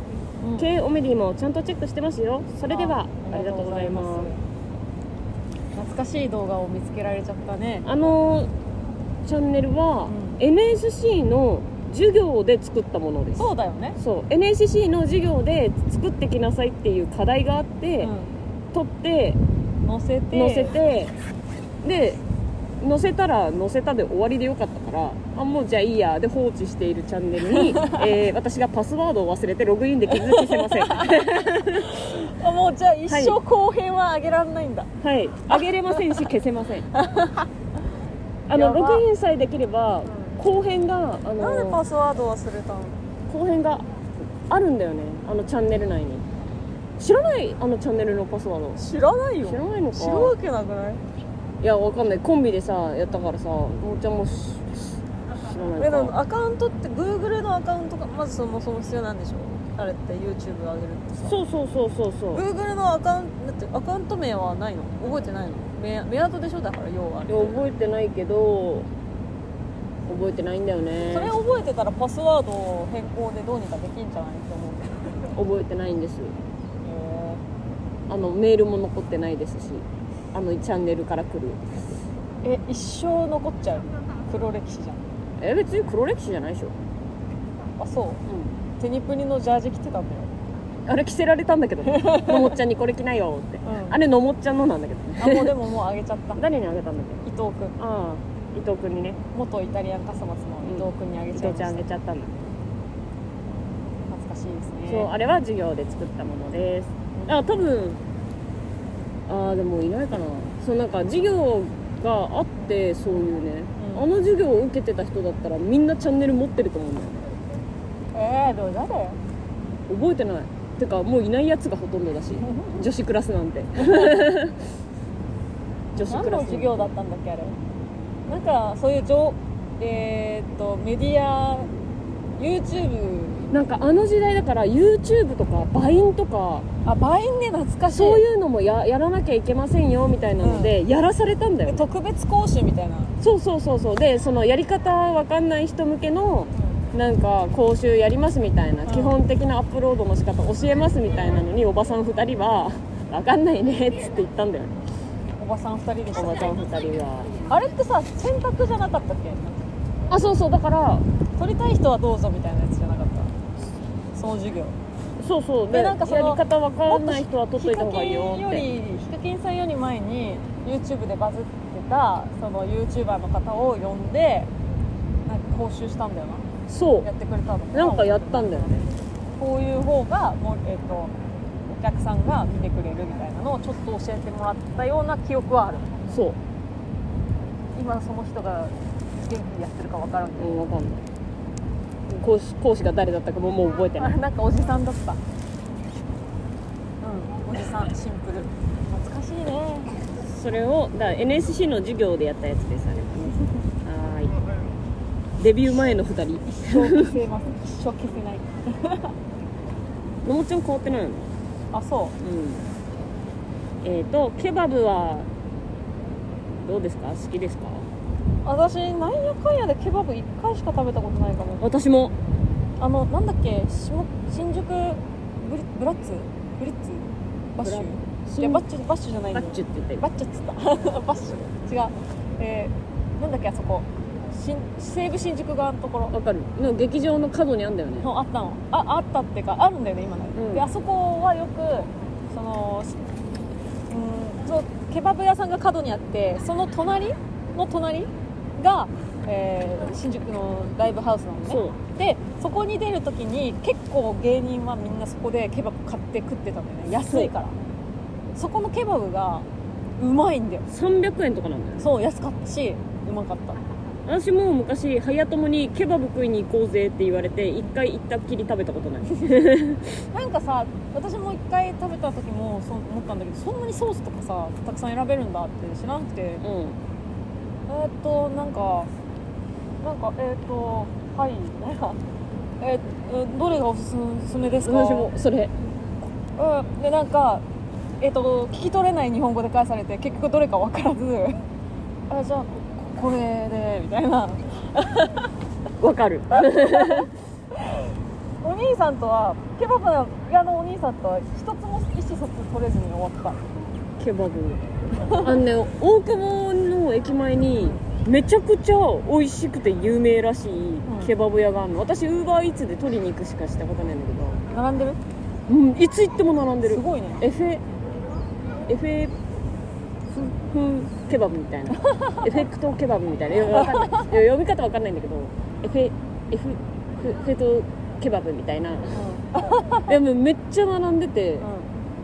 [SPEAKER 2] うん
[SPEAKER 1] K オメディもちゃんとチェックしてますよそれでは
[SPEAKER 2] あ
[SPEAKER 1] ありがとうございます
[SPEAKER 2] 懐かしい動画を見つけられちゃったね
[SPEAKER 1] あのーチャンネルは、
[SPEAKER 2] うん
[SPEAKER 1] NSC の授業で作ったものです
[SPEAKER 2] そうだよね
[SPEAKER 1] そう NSC の授業で作ってきなさいっていう課題があって、
[SPEAKER 2] う
[SPEAKER 1] 撮って
[SPEAKER 2] ん、載せて
[SPEAKER 1] 載せてで載せたら載せたで終わりでよかったからあもうじゃあいいやで放置しているチャンネ ルに、えー私がパスワードを忘れてログインできず消せ ません
[SPEAKER 2] あもうじゃあ一生
[SPEAKER 1] は
[SPEAKER 2] 後編は上げられないんだ、
[SPEAKER 1] はいあげれませんし消せませんあ
[SPEAKER 2] や
[SPEAKER 1] の
[SPEAKER 2] ば
[SPEAKER 1] ログインさえできれば後編があ
[SPEAKER 2] なんでパ
[SPEAKER 1] の
[SPEAKER 2] スワード忘れたの
[SPEAKER 1] 後編があるんだよねあのチャンネル内に知らないあのチャンネルのパスワード
[SPEAKER 2] 知らないよ
[SPEAKER 1] 知らないのか
[SPEAKER 2] 知るわけなくない
[SPEAKER 1] いやわかんないコンビでさやったからさもうちゃんもし知らない
[SPEAKER 2] えで
[SPEAKER 1] のか
[SPEAKER 2] もアカウントって Google のアカウントがまずそもそも必要なんでしょあれって YouTube 上げるってさ
[SPEAKER 1] そうそうそうそうそう
[SPEAKER 2] Google のアカウントだってアカウント名はないの覚えてないのメメアドでしょだから要はい
[SPEAKER 1] や覚えてないけど覚えてないんだよね
[SPEAKER 2] それ覚えてたらパスワードを変更でどうにかできんじゃないって思うけど
[SPEAKER 1] 覚えてないんですあのメールも残ってないですしあのチャンネルから来る
[SPEAKER 2] え一生残っちゃう黒歴史じゃん
[SPEAKER 1] え別に黒歴史じゃないでしょ、
[SPEAKER 2] あそうテニプリのジャージ着てたんだよ
[SPEAKER 1] あれ着せられたんだけど ねのもっちゃんにこれ着なよって、
[SPEAKER 2] うん
[SPEAKER 1] あれのもっちゃんのなんだけどね
[SPEAKER 2] あもうでももうあげちゃった伊
[SPEAKER 1] 誰にあげたんだっけ
[SPEAKER 2] 藤君
[SPEAKER 1] ああ伊藤君にね
[SPEAKER 2] 元イタリアンカスマスの伊藤君にあ
[SPEAKER 1] 伊
[SPEAKER 2] げちゃい
[SPEAKER 1] 藤
[SPEAKER 2] まし
[SPEAKER 1] ち
[SPEAKER 2] た、
[SPEAKER 1] ゃんあげちゃったんだ、
[SPEAKER 2] 懐かしいですね
[SPEAKER 1] そうあれは授業で作ったものですあ多分ああでもいないかなそうなんか授業があってそういうね、
[SPEAKER 2] うん
[SPEAKER 1] あの授業を受けてた人だったらみんなチャンネル持ってると思うんだよ
[SPEAKER 2] え
[SPEAKER 1] ね
[SPEAKER 2] ー、でも誰
[SPEAKER 1] 覚えてないてかもういないやつがほとんどだし女子クラスなん て女子ク
[SPEAKER 2] 何
[SPEAKER 1] ラ
[SPEAKER 2] の
[SPEAKER 1] ス
[SPEAKER 2] 授業だったんだっけあれなんかそういう情えー、っとメディア YouTube
[SPEAKER 1] なんかあの時代だから YouTube とか Vine とか
[SPEAKER 2] あバインね懐かしい
[SPEAKER 1] そういうのもややらなきゃいけませんよみたいなので、やらされたんだよ
[SPEAKER 2] え特別講習みたいな、
[SPEAKER 1] そうそうそうそうでそのやり方わかんない人向けのなんか講習やりますみたいな、
[SPEAKER 2] うん
[SPEAKER 1] 基本的なアップロードの仕方教えますみたいなのにおばさん2人は「わかんないね」っつって言ったんだよね
[SPEAKER 2] おばさん2人でし
[SPEAKER 1] お
[SPEAKER 2] た
[SPEAKER 1] ば
[SPEAKER 2] っ
[SPEAKER 1] ち
[SPEAKER 2] け
[SPEAKER 1] ゃん2人は
[SPEAKER 2] あれってさ選択じゃなかったっけ
[SPEAKER 1] あそうそうだから
[SPEAKER 2] 取りたい人はどうぞみたいなやつじゃなかったその授業
[SPEAKER 1] そうそう
[SPEAKER 2] で
[SPEAKER 1] で
[SPEAKER 2] なんかその
[SPEAKER 1] やり方わかんない人は取っといた方がいいよ
[SPEAKER 2] ヒ
[SPEAKER 1] っ
[SPEAKER 2] カキンよ
[SPEAKER 1] て
[SPEAKER 2] りヒカキンさんより前に YouTube でバズってたその YouTuber の方を呼んでなんか講習したんだよな
[SPEAKER 1] そ
[SPEAKER 2] やっ
[SPEAKER 1] う
[SPEAKER 2] てくれたの
[SPEAKER 1] なんかやったんだよね
[SPEAKER 2] こういう方がもう、えっとお客さんが見てくれるみたいなのをちょっと教えてもらったような記憶はある
[SPEAKER 1] そう
[SPEAKER 2] 今その人が元気にやってるか分からんけ
[SPEAKER 1] うん
[SPEAKER 2] ど、
[SPEAKER 1] わかんない講師講師が誰だったかももう覚えて
[SPEAKER 2] あ
[SPEAKER 1] ない
[SPEAKER 2] なんかおじさんだったうんおじ さんシンプル懐かしいね
[SPEAKER 1] それをだから NSC の授業でやったやつですあれはねはーいデビュー前の2人
[SPEAKER 2] 一生消せます一生消せない
[SPEAKER 1] のもちゃん変わってないのうん
[SPEAKER 2] あそ
[SPEAKER 1] えっ、とケバブはどうですか好きですか
[SPEAKER 2] う私なんやかんやでケバブ1回しか食べたことないかも
[SPEAKER 1] 私も
[SPEAKER 2] あのなんだっけ下新宿ブリブラッツブリッツバッシュいやバッチュバッシュじゃないん
[SPEAKER 1] バ
[SPEAKER 2] だよ
[SPEAKER 1] ッチュって言ってる
[SPEAKER 2] バッチュっつった バッシュ違うえー、なんだっけあそこ新西武新宿側のところ
[SPEAKER 1] わかるの劇場の角にあんだよね
[SPEAKER 2] のあったのああったっていうかあるんだよね今ね、
[SPEAKER 1] うん
[SPEAKER 2] であそこはよくそのしうんそうケバブ屋さんが角にあってその隣の隣が、えー新宿のライブハウスなのね
[SPEAKER 1] そう
[SPEAKER 2] でそこに出るときに結構芸人はみんなそこでケバブ買って食ってたんだよね安いからそこのケバブがうまいんだよ
[SPEAKER 1] 300円とかなんだよね
[SPEAKER 2] そう安かったしうまかった
[SPEAKER 1] 私も昔早友にケバブ食いに行こうぜって言われて一回行ったっきり食べたこと ない
[SPEAKER 2] なんかさ私も1回食べた時もそう思ったんだけどそんなにソースとかさたくさん選べるんだって知らなくてえ
[SPEAKER 1] うん
[SPEAKER 2] ーっとなんかなんかえーっとはいなんかえーえーどれがおすすおすすめですか
[SPEAKER 1] 私もそれ
[SPEAKER 2] うんでなんかえーっと聞き取れない日本語で返されて結局どれか分からず あじゃあここれでみたいな
[SPEAKER 1] わかる
[SPEAKER 2] お兄さんとはケバブ屋のお兄さんとは一つも意思疎通取れずに終わった
[SPEAKER 1] ケバブあのね大久保の駅前にめちゃくちゃ美味しくて有名らしいケバブ屋があるの私ウーバーイーツで取りに行くしかしたことないんだけ
[SPEAKER 2] 並んでる
[SPEAKER 1] ど、うん、いつ行っても並んでする
[SPEAKER 2] ごいね
[SPEAKER 1] エフェエフェふふケバブみ たいなエフェクトケバブみたいないやわかんないいや読み方わかんないんだけどエフェエフフフェトケバブみたいなでもうめっちゃ並んでて、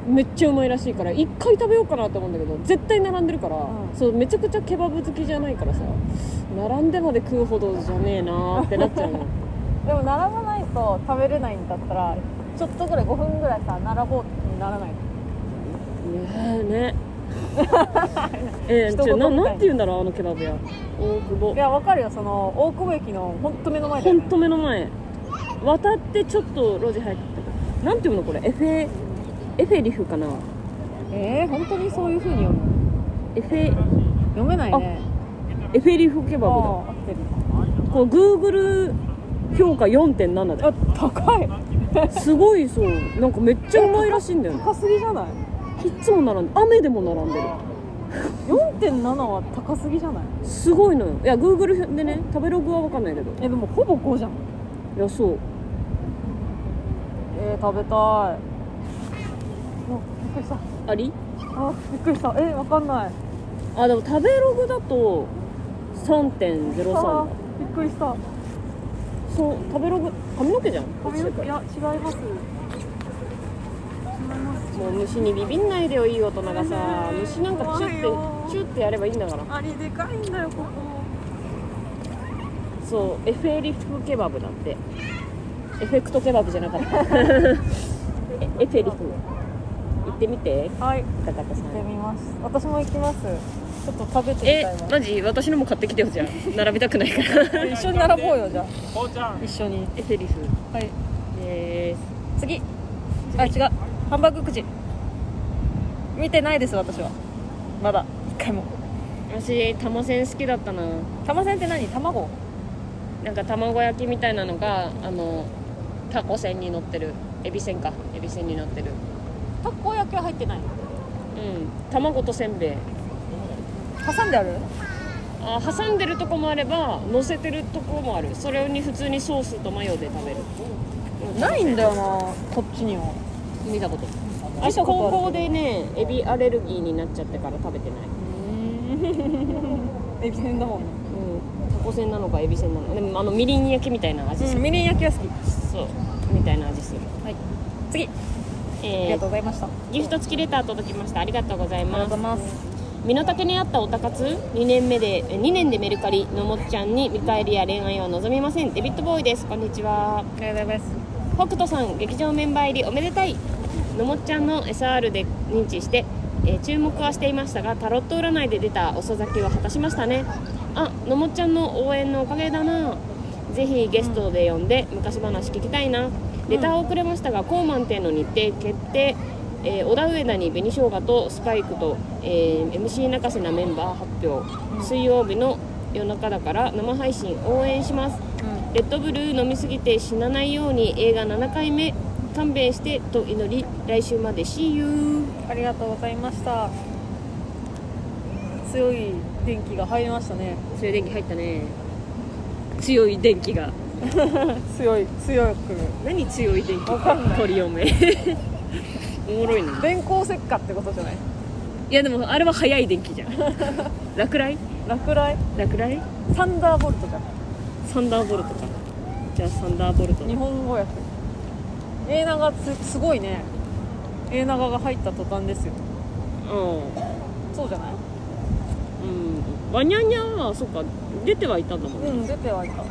[SPEAKER 1] めっちゃうまいらしいから一回食べようかなと思うんだけど絶対並んでるから、
[SPEAKER 2] うん
[SPEAKER 1] そうめちゃくちゃケバブ好きじゃないからさ並んでまで食うほどじゃねえなーってなっちゃうの
[SPEAKER 2] でも並ばないと食べれないんだったらちょっとぐらい5分ぐらいさ並ぼうにならないの
[SPEAKER 1] ねえ ねえー、ちょななんて言うんだろうあのケバブ屋大久保
[SPEAKER 2] いやわかるよその大久保駅のほんと目の前だ
[SPEAKER 1] ほ
[SPEAKER 2] よ、
[SPEAKER 1] ん
[SPEAKER 2] ね、
[SPEAKER 1] と目の前渡ってちょっと路地入ってたなんていうのこれエフェエフェリフかな
[SPEAKER 2] えー、本当にそういう風に読む
[SPEAKER 1] エフェ
[SPEAKER 2] 読めないね
[SPEAKER 1] エフェリフケ
[SPEAKER 2] あ
[SPEAKER 1] バブだ
[SPEAKER 2] あ合ってる
[SPEAKER 1] こうグーグル評価4.7だよ
[SPEAKER 2] あ高い
[SPEAKER 1] すごいそうなんかめっちゃうまいらしいんだよね
[SPEAKER 2] 高すぎじゃない
[SPEAKER 1] いつも並んで雨でも並んでる
[SPEAKER 2] 4.7は高すぎじゃない
[SPEAKER 1] すごいのよいや Google でね食べログは分かんないけど
[SPEAKER 2] えでもほぼ5じゃん
[SPEAKER 1] いやそう
[SPEAKER 2] えー、食べたいあびっくりした
[SPEAKER 1] あり
[SPEAKER 2] あびっくりしたえー、わかんない
[SPEAKER 1] あでも食べログだと3.03
[SPEAKER 2] あ
[SPEAKER 1] だ
[SPEAKER 2] ーびっくりした
[SPEAKER 1] そう食べログ髪の毛じゃん
[SPEAKER 2] 髪の毛い
[SPEAKER 1] も
[SPEAKER 2] や違います違います
[SPEAKER 1] う虫にビビんないでよいい大人がさ虫なんかチュ
[SPEAKER 2] 怖い
[SPEAKER 1] ッ
[SPEAKER 2] よ
[SPEAKER 1] てチュッてやればいいんだから
[SPEAKER 2] あれでかいんだよここ
[SPEAKER 1] そう FA リフケバブだってエフェクトケバブじゃなかっ たえエフェリフ行ってみて
[SPEAKER 2] はい
[SPEAKER 1] 高田さ
[SPEAKER 2] 行って
[SPEAKER 1] ん
[SPEAKER 2] みます私も行きますちょっと食べてみ
[SPEAKER 1] え
[SPEAKER 2] たいわ
[SPEAKER 1] マジ私のも買ってきてよじゃあ並びたくないから
[SPEAKER 2] 一緒に並ぼうよじゃあ
[SPEAKER 3] こうちゃん
[SPEAKER 2] 一緒に
[SPEAKER 1] エフェリフ
[SPEAKER 2] はい
[SPEAKER 1] で
[SPEAKER 2] 次あ違うハンバーグくじ見てないです私はまだ一回も
[SPEAKER 1] ーす私玉せん好きだったな
[SPEAKER 2] 玉せんって何卵
[SPEAKER 1] なんか卵焼きみたいなのがあのタコせんに乗ってるエビせんかエビせんに乗ってる
[SPEAKER 2] たこ焼きは入ってない
[SPEAKER 1] うん卵とせんべい
[SPEAKER 2] 挟んである
[SPEAKER 1] あ挟んでるとこもあれば乗せてるとこもあるそれに普通にソースとマヨで食べる
[SPEAKER 2] ないんだよなこっちには
[SPEAKER 1] 見たこと
[SPEAKER 2] 見
[SPEAKER 1] 私
[SPEAKER 2] たことある
[SPEAKER 1] 高
[SPEAKER 2] けど
[SPEAKER 1] 校でねエビアレルギーになっちゃってから食べてない、
[SPEAKER 2] エビせんだもんね
[SPEAKER 1] うん、タコせんなのかエビせんなのかでもあのみりん焼きみたいな味する、
[SPEAKER 2] みりん焼きが好き
[SPEAKER 1] そうみたいな味する
[SPEAKER 2] はい次あり
[SPEAKER 1] え
[SPEAKER 2] がとうご
[SPEAKER 1] ー、
[SPEAKER 2] ざいましたあ
[SPEAKER 1] ギフト付きレター届きましたありがとうござい
[SPEAKER 2] りがと
[SPEAKER 1] ま
[SPEAKER 2] う
[SPEAKER 1] す
[SPEAKER 2] ございます
[SPEAKER 1] 身の丈に合ったおたかつ2年目でえ2年でメルカリのもっちゃんに見返りや恋愛を望みませんデビットボーイですこんにちは
[SPEAKER 2] ありがとうございます
[SPEAKER 1] 北斗さん劇場メンバー入りおめでたいのもっちゃんの SR で認知して、えー注目はしていましたがタロット占いで出た遅咲きを果たしましたねあのもっちゃんの応援のおかげだなぜひゲストで呼んで昔話聞きたいなレターをくれましたが、高満点の日程決定、えー、小田上田に紅生姜とスパイクと、えー MC 泣かせなメンバー発表、
[SPEAKER 2] うん
[SPEAKER 1] 水曜日の夜中だから生配信応援しますレッドブルー飲みすぎて死なないように映画7回目勘弁してと祈り来週まで See you
[SPEAKER 2] うんありがとうございました強い電気が入りましたね
[SPEAKER 1] 強い電気入ったね強い電気が
[SPEAKER 2] 強い強く
[SPEAKER 1] 何強い電気
[SPEAKER 2] わかんない
[SPEAKER 1] 鳥嫁 おもろいね
[SPEAKER 2] 電光石火ってことじゃない
[SPEAKER 1] いやでもあれは早い電気じ ゃん落雷
[SPEAKER 2] 落雷
[SPEAKER 1] 落雷
[SPEAKER 2] サンダーボルトじゃない
[SPEAKER 1] サンダーボルトかじゃあサンダーボルト
[SPEAKER 2] 日本語訳 A 長すすごいね A 長が入った途端ですよそうじゃない
[SPEAKER 1] うんうんワニャニャはそっか出てはいたんだもんね、
[SPEAKER 2] うん出てはいた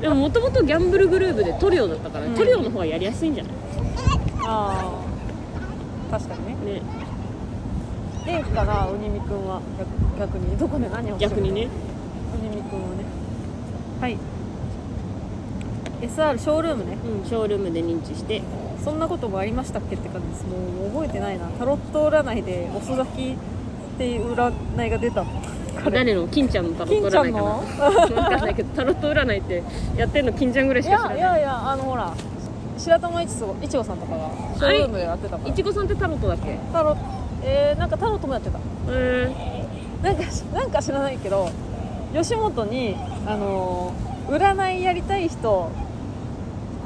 [SPEAKER 1] でももともとギャンブルグルーブでトリオだったから、
[SPEAKER 2] うん
[SPEAKER 1] トリオの方がやりやすいんじゃない
[SPEAKER 2] ああ確かにね
[SPEAKER 1] ね
[SPEAKER 2] 元気かなうにみくんは逆逆にどこで何をしてる
[SPEAKER 1] 逆にね
[SPEAKER 2] うにみくんはねはい SR ショールームね
[SPEAKER 1] うん、ショールームで認知して
[SPEAKER 2] そんなことがありましたっけって感じですもうもう覚えてないなタロット占いで遅咲きっていう占いが出た彼
[SPEAKER 1] 誰の金ちゃんのタロッ
[SPEAKER 2] 金
[SPEAKER 1] ト
[SPEAKER 2] ちゃ
[SPEAKER 1] 占い
[SPEAKER 2] ん
[SPEAKER 1] か
[SPEAKER 2] の
[SPEAKER 1] な分かんないけ どタロット占いってやってんの金ちゃんぐらい
[SPEAKER 2] い
[SPEAKER 1] しか知ら
[SPEAKER 2] や
[SPEAKER 1] ないい
[SPEAKER 2] やいやあのほら白玉一ちいちごさんとかがショールームでやってたから
[SPEAKER 1] いちごさんってタロットだっけ
[SPEAKER 2] タロえー、なんかタロットもやってた
[SPEAKER 1] え
[SPEAKER 2] なんかしなんか知らないけど吉本にあのー占いやりたい人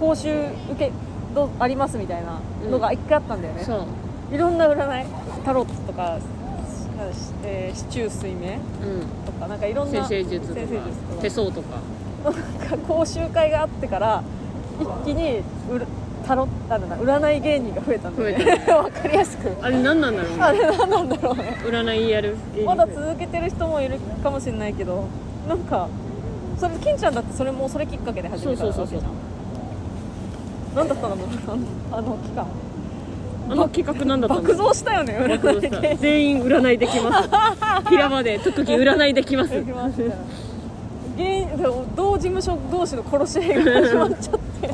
[SPEAKER 2] 講習受けどうありますみたいなのが一回あったんだよ
[SPEAKER 1] ー、
[SPEAKER 2] ね、
[SPEAKER 1] そう
[SPEAKER 2] いろんな占いタロットとか、しえー、市中水明
[SPEAKER 1] う
[SPEAKER 2] とかなんかいろ
[SPEAKER 1] ん
[SPEAKER 2] ん
[SPEAKER 1] 先
[SPEAKER 2] な
[SPEAKER 1] 生術とか
[SPEAKER 2] 先生術とか
[SPEAKER 1] 手相とか
[SPEAKER 2] なんか講習会があってから一気にうらタロあなんだ占い芸人が増えたんだよ
[SPEAKER 1] 増
[SPEAKER 2] ね わかりやすく
[SPEAKER 1] あれ何なんだろうね
[SPEAKER 2] あれ何なんだろうね
[SPEAKER 1] 占いやる芸人
[SPEAKER 2] まだ続けてる人もいるかもしれないけどなんかそれ金ちゃんだってそれもうそれきっかけで始めた
[SPEAKER 1] そ
[SPEAKER 2] わ
[SPEAKER 1] う
[SPEAKER 2] けじ
[SPEAKER 1] そ
[SPEAKER 2] ゃ
[SPEAKER 1] うんそうそう
[SPEAKER 2] 何だったんだろうなあの期間
[SPEAKER 1] あの企画なんだったんだ
[SPEAKER 2] 爆増したよね
[SPEAKER 1] 爆
[SPEAKER 2] 占
[SPEAKER 1] 増
[SPEAKER 2] い
[SPEAKER 1] した
[SPEAKER 2] で
[SPEAKER 1] 全員占いでき ます平場で特技占いできます
[SPEAKER 2] 行きますみたいな芸人でも同事務所同士の殺し合いが始まっちゃって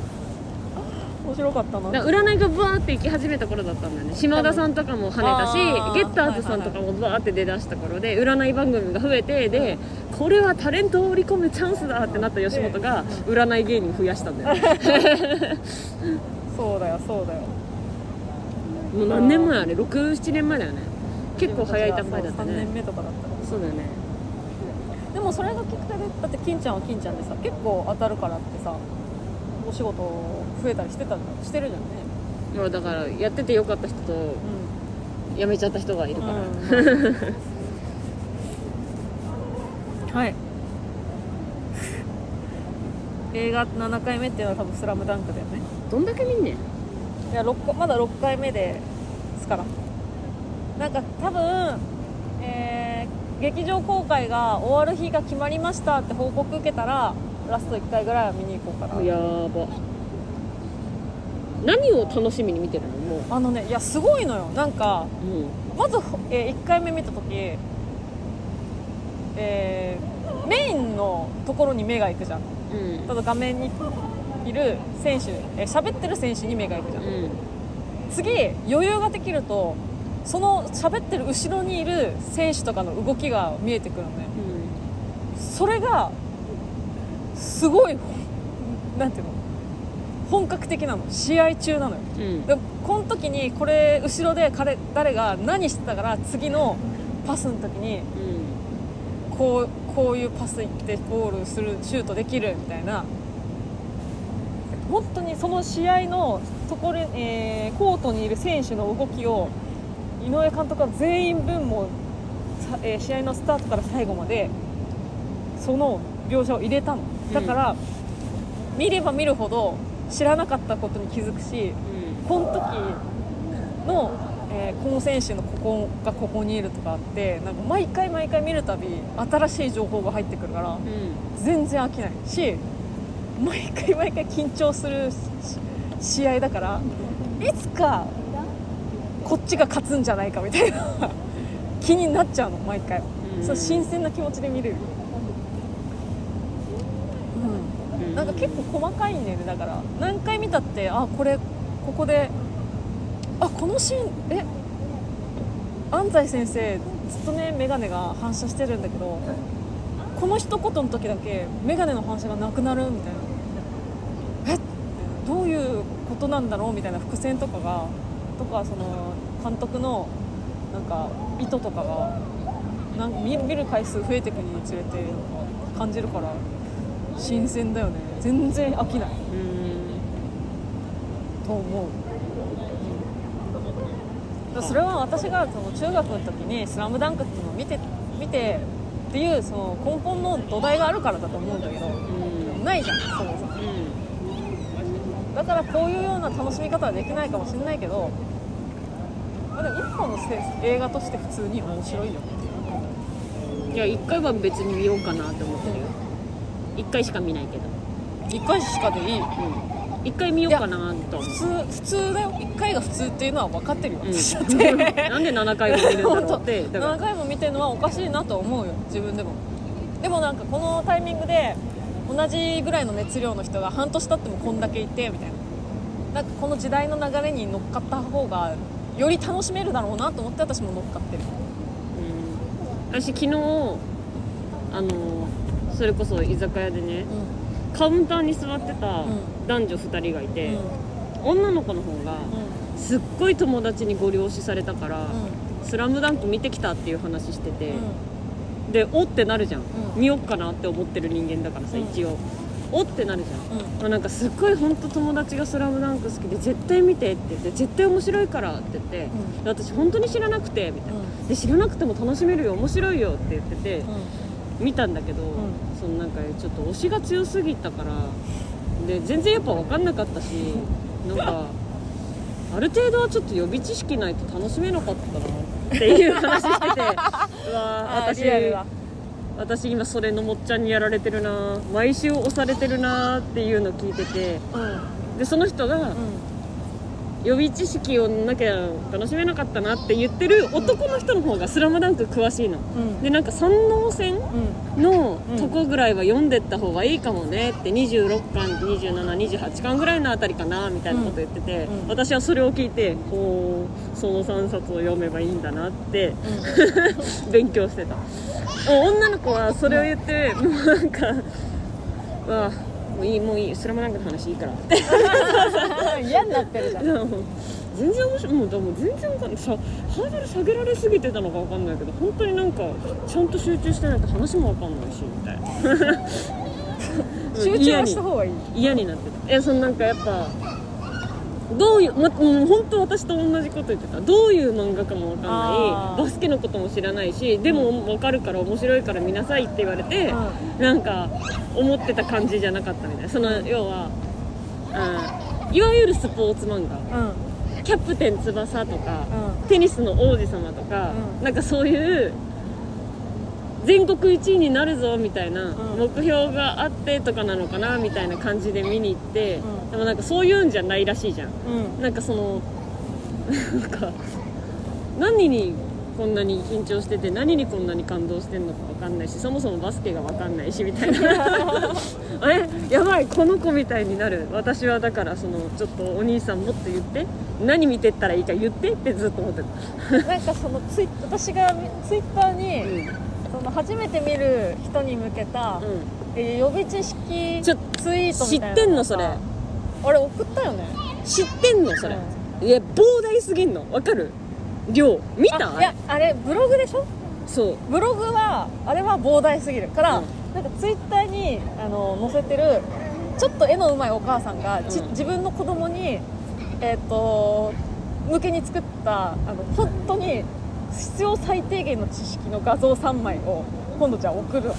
[SPEAKER 2] 面白かったな
[SPEAKER 1] だから占いがバーって行き始めた頃だったんだよね島田さんとかも跳ね
[SPEAKER 2] あ
[SPEAKER 1] た
[SPEAKER 2] ー
[SPEAKER 1] しゲッターズさんとかもバーって出だした頃で占い番組が増えてでこれはタレントを織り込むチャンスだってなった吉本が占い芸人増やしたんだよね
[SPEAKER 2] そうだよそうだよ
[SPEAKER 1] もう何年前あれ67年前だよね結構早い段階だったね
[SPEAKER 2] 3年目とかだったから
[SPEAKER 1] そうだよね
[SPEAKER 2] でもそれがきっかけでだって金ちゃんは金ちゃんでさ結構当たるからってさお仕事増えたりしてたんだしてるじゃんね
[SPEAKER 1] もうだからやっててよかった人と
[SPEAKER 2] う
[SPEAKER 1] 辞めちゃった人がいるから、
[SPEAKER 2] ん、はい 映画7回目っていうのは多分「スラムダンクだよね
[SPEAKER 1] どんだけ見んねん
[SPEAKER 2] いや6まだ6回目ですからなんか多分、えー劇場公開が終わる日が決まりましたって報告受けたらラスト1回ぐらいは見に行こうかな
[SPEAKER 1] やば何を楽しみに見てるのもう
[SPEAKER 2] あのねいやすごいのよなんか
[SPEAKER 1] も
[SPEAKER 2] ま
[SPEAKER 1] う
[SPEAKER 2] ず、え1回目見た時、えーメインのところに目が行くじゃん
[SPEAKER 1] うん
[SPEAKER 2] ただ画面にいる選手えー喋ってる選手に目が行くじゃん
[SPEAKER 1] うん
[SPEAKER 2] 次余裕ができるとその喋ってる後ろにいる選手とかの動きが見えてくるのねそれがすごいなんていうの本格的なの試合中なのよ
[SPEAKER 1] うん
[SPEAKER 2] でこの時にこれ後ろで彼誰が何してたから次のパスの時にこうこういうパスいってゴールするシュートできるみたいな本当にその試合のところ、えーコートにいる選手の動きを井上監督は全員分もさえー試合のスタートから最後までその描写を入れたのだから、見れば見るほど知らなかったことに気づくしこの時の、えーこの選手のここがここにいるとかあってなんか毎回毎回見るたび新しい情報が入ってくるから全然飽きないし毎回毎回緊張するし試合だからいつかこっちが勝つんじゃないかみたいな気になっちゃうの毎回、
[SPEAKER 1] うん
[SPEAKER 2] そう新鮮な気持ちで見れる、うん
[SPEAKER 1] うん
[SPEAKER 2] なんか結構細かいんだよねだから何回見たってあこれここであこのシーンえ安西先生ずっとね眼鏡が反射してるんだけどこの一言の時だけ眼鏡の反射がなくなるみたいなえどういうことなんだろうみたいな伏線とかがとかその監督のなんか意図とかがなんか見見る回数増えていくにつれて感じるから新鮮だよね全然飽きない
[SPEAKER 1] うん
[SPEAKER 2] と思う、だからそれは私がその中学の時に「スラムダンクっていうのを見て見てっていうその根本の土台があるからだと思うんだけど
[SPEAKER 1] うん
[SPEAKER 2] ないじゃんそもそもだからこういうような楽しみ方はできないかもしれないけど、まあ、でも一本のせ映画として普通に面白いよ
[SPEAKER 1] うんいや一回は別に見ようかなと思ってるよ一回しか見ないけど
[SPEAKER 2] 1回しかでいい
[SPEAKER 1] うん一回見ようかなと思
[SPEAKER 2] 普通普通だよ1回が普通っていうのは分かってるよ、
[SPEAKER 1] うん
[SPEAKER 2] 私 だって
[SPEAKER 1] うなんで7回も見るんだろうってだか
[SPEAKER 2] 何
[SPEAKER 1] ら
[SPEAKER 2] 回も見てるのはおかしいなと思うよ自分でもでもなんかこのタイミングで同じぐらいの熱量の人が半年経ってもこんだけいてみたいななんかこの時代の流れに乗っかった方がより楽しめるだろうなと思って私も乗っかってる
[SPEAKER 1] うん私昨日あのそれこそ居酒屋でね
[SPEAKER 2] う
[SPEAKER 1] カウンターに座ってた
[SPEAKER 2] うん
[SPEAKER 1] 男女2人がいて
[SPEAKER 2] んうん
[SPEAKER 1] 女の子の方がすっごい友達にご了承されたから「スラムダンク見てきたっていう話してて、でおってなるじゃん、
[SPEAKER 2] うん
[SPEAKER 1] 見よっかなって思ってる人間だからさ、
[SPEAKER 2] うん
[SPEAKER 1] 一応おってなるじゃん、まあなんかすっごい本当友達が「スラムダンク好きで絶対見てって言って絶対面白いからって言って、
[SPEAKER 2] うん
[SPEAKER 1] で私本当に知らなくてみたいな、で知らなくても楽しめるよ面白いよって言ってて、見たんだけど、
[SPEAKER 2] ん
[SPEAKER 1] そのなんかちょっと推しが強すぎたからで全然やっぱ分かんなかったしなんかある程度はちょっと予備知識ないと楽しめなかったなっていう話しててうわー私私今それのもっちゃんにやられてるな毎週押されてるなっていうの聞いててでその人が予備知識をなきゃ楽しめなかったなって言ってる男の人の方が「スラムダンク詳しいの。でなんか三能線のとこぐらいは読んでった方がいいかもねって26巻2728巻ぐらいのあたりかなみたいなこと言ってて、
[SPEAKER 2] うんうん
[SPEAKER 1] 私はそれを聞いてほうその3冊を読めばいいんだなって 勉強してた女の子はそれを言って、もうなんか「わあもういいもういいスラムダンクの話いいから」って
[SPEAKER 2] 嫌になってるじゃん
[SPEAKER 1] 「全然面白いもうだもう全然わかんないさハードル下げられすぎてたのかわかんないけど本当になんかちゃんと集中してないと話もわかんないしみたいな
[SPEAKER 2] 集中はした方がいい
[SPEAKER 1] 嫌になってたいやそのなんかやっぱどういう、ま、もう本当私と同じこと言ってたどういう漫画かもわか
[SPEAKER 2] あ
[SPEAKER 1] んな
[SPEAKER 2] ー
[SPEAKER 1] いバスケのことも知らないしでもわかるから面白いから見なさいって言われて、
[SPEAKER 2] う
[SPEAKER 1] なんか思ってた感じじゃなかったみたいなその要は、うん、いわゆるスポーツ漫画
[SPEAKER 2] うん
[SPEAKER 1] キャプテン翼とか、
[SPEAKER 2] う
[SPEAKER 1] テニスの王子様とか、
[SPEAKER 2] うん
[SPEAKER 1] なんかそういう全国1位になるぞみたいな
[SPEAKER 2] うん
[SPEAKER 1] 目標があってとかなのかなみたいな感じで見に行って、
[SPEAKER 2] うん
[SPEAKER 1] でもなんかそういうんじゃないらしいじゃん
[SPEAKER 2] うん
[SPEAKER 1] なんかそのなんか何にこんなに緊張してて何にこんなに感動してんのか分かんないしそもそもバスケが分かんないしみた いなえやばいこの子みたいになる私はだからそのちょっとお兄さんもっと言って何見てったらいいか言ってってずっと思ってた、
[SPEAKER 2] なんかそのツイ私がツイッターに、その初めて見る人に向けた、
[SPEAKER 1] う
[SPEAKER 2] えー予備知識
[SPEAKER 1] ちょ
[SPEAKER 2] ツイート
[SPEAKER 1] 知
[SPEAKER 2] み
[SPEAKER 1] った
[SPEAKER 2] いなのが
[SPEAKER 1] てんのそれ
[SPEAKER 2] あれ送ったよね
[SPEAKER 1] ん、知ってんのそれ、いや膨大すぎんの分かる量見た
[SPEAKER 2] あいやあれブログでしょ
[SPEAKER 1] そう
[SPEAKER 2] ブログはあれは膨大すぎるから、
[SPEAKER 1] うん
[SPEAKER 2] なんかツイッターにあの載せてるちょっと絵のうまいお母さんが、ち
[SPEAKER 1] うん
[SPEAKER 2] 自分の子供にえっ、と向けに作ったあの本当に必要最低限の知識の画像3枚を今度じゃあ送る
[SPEAKER 1] う、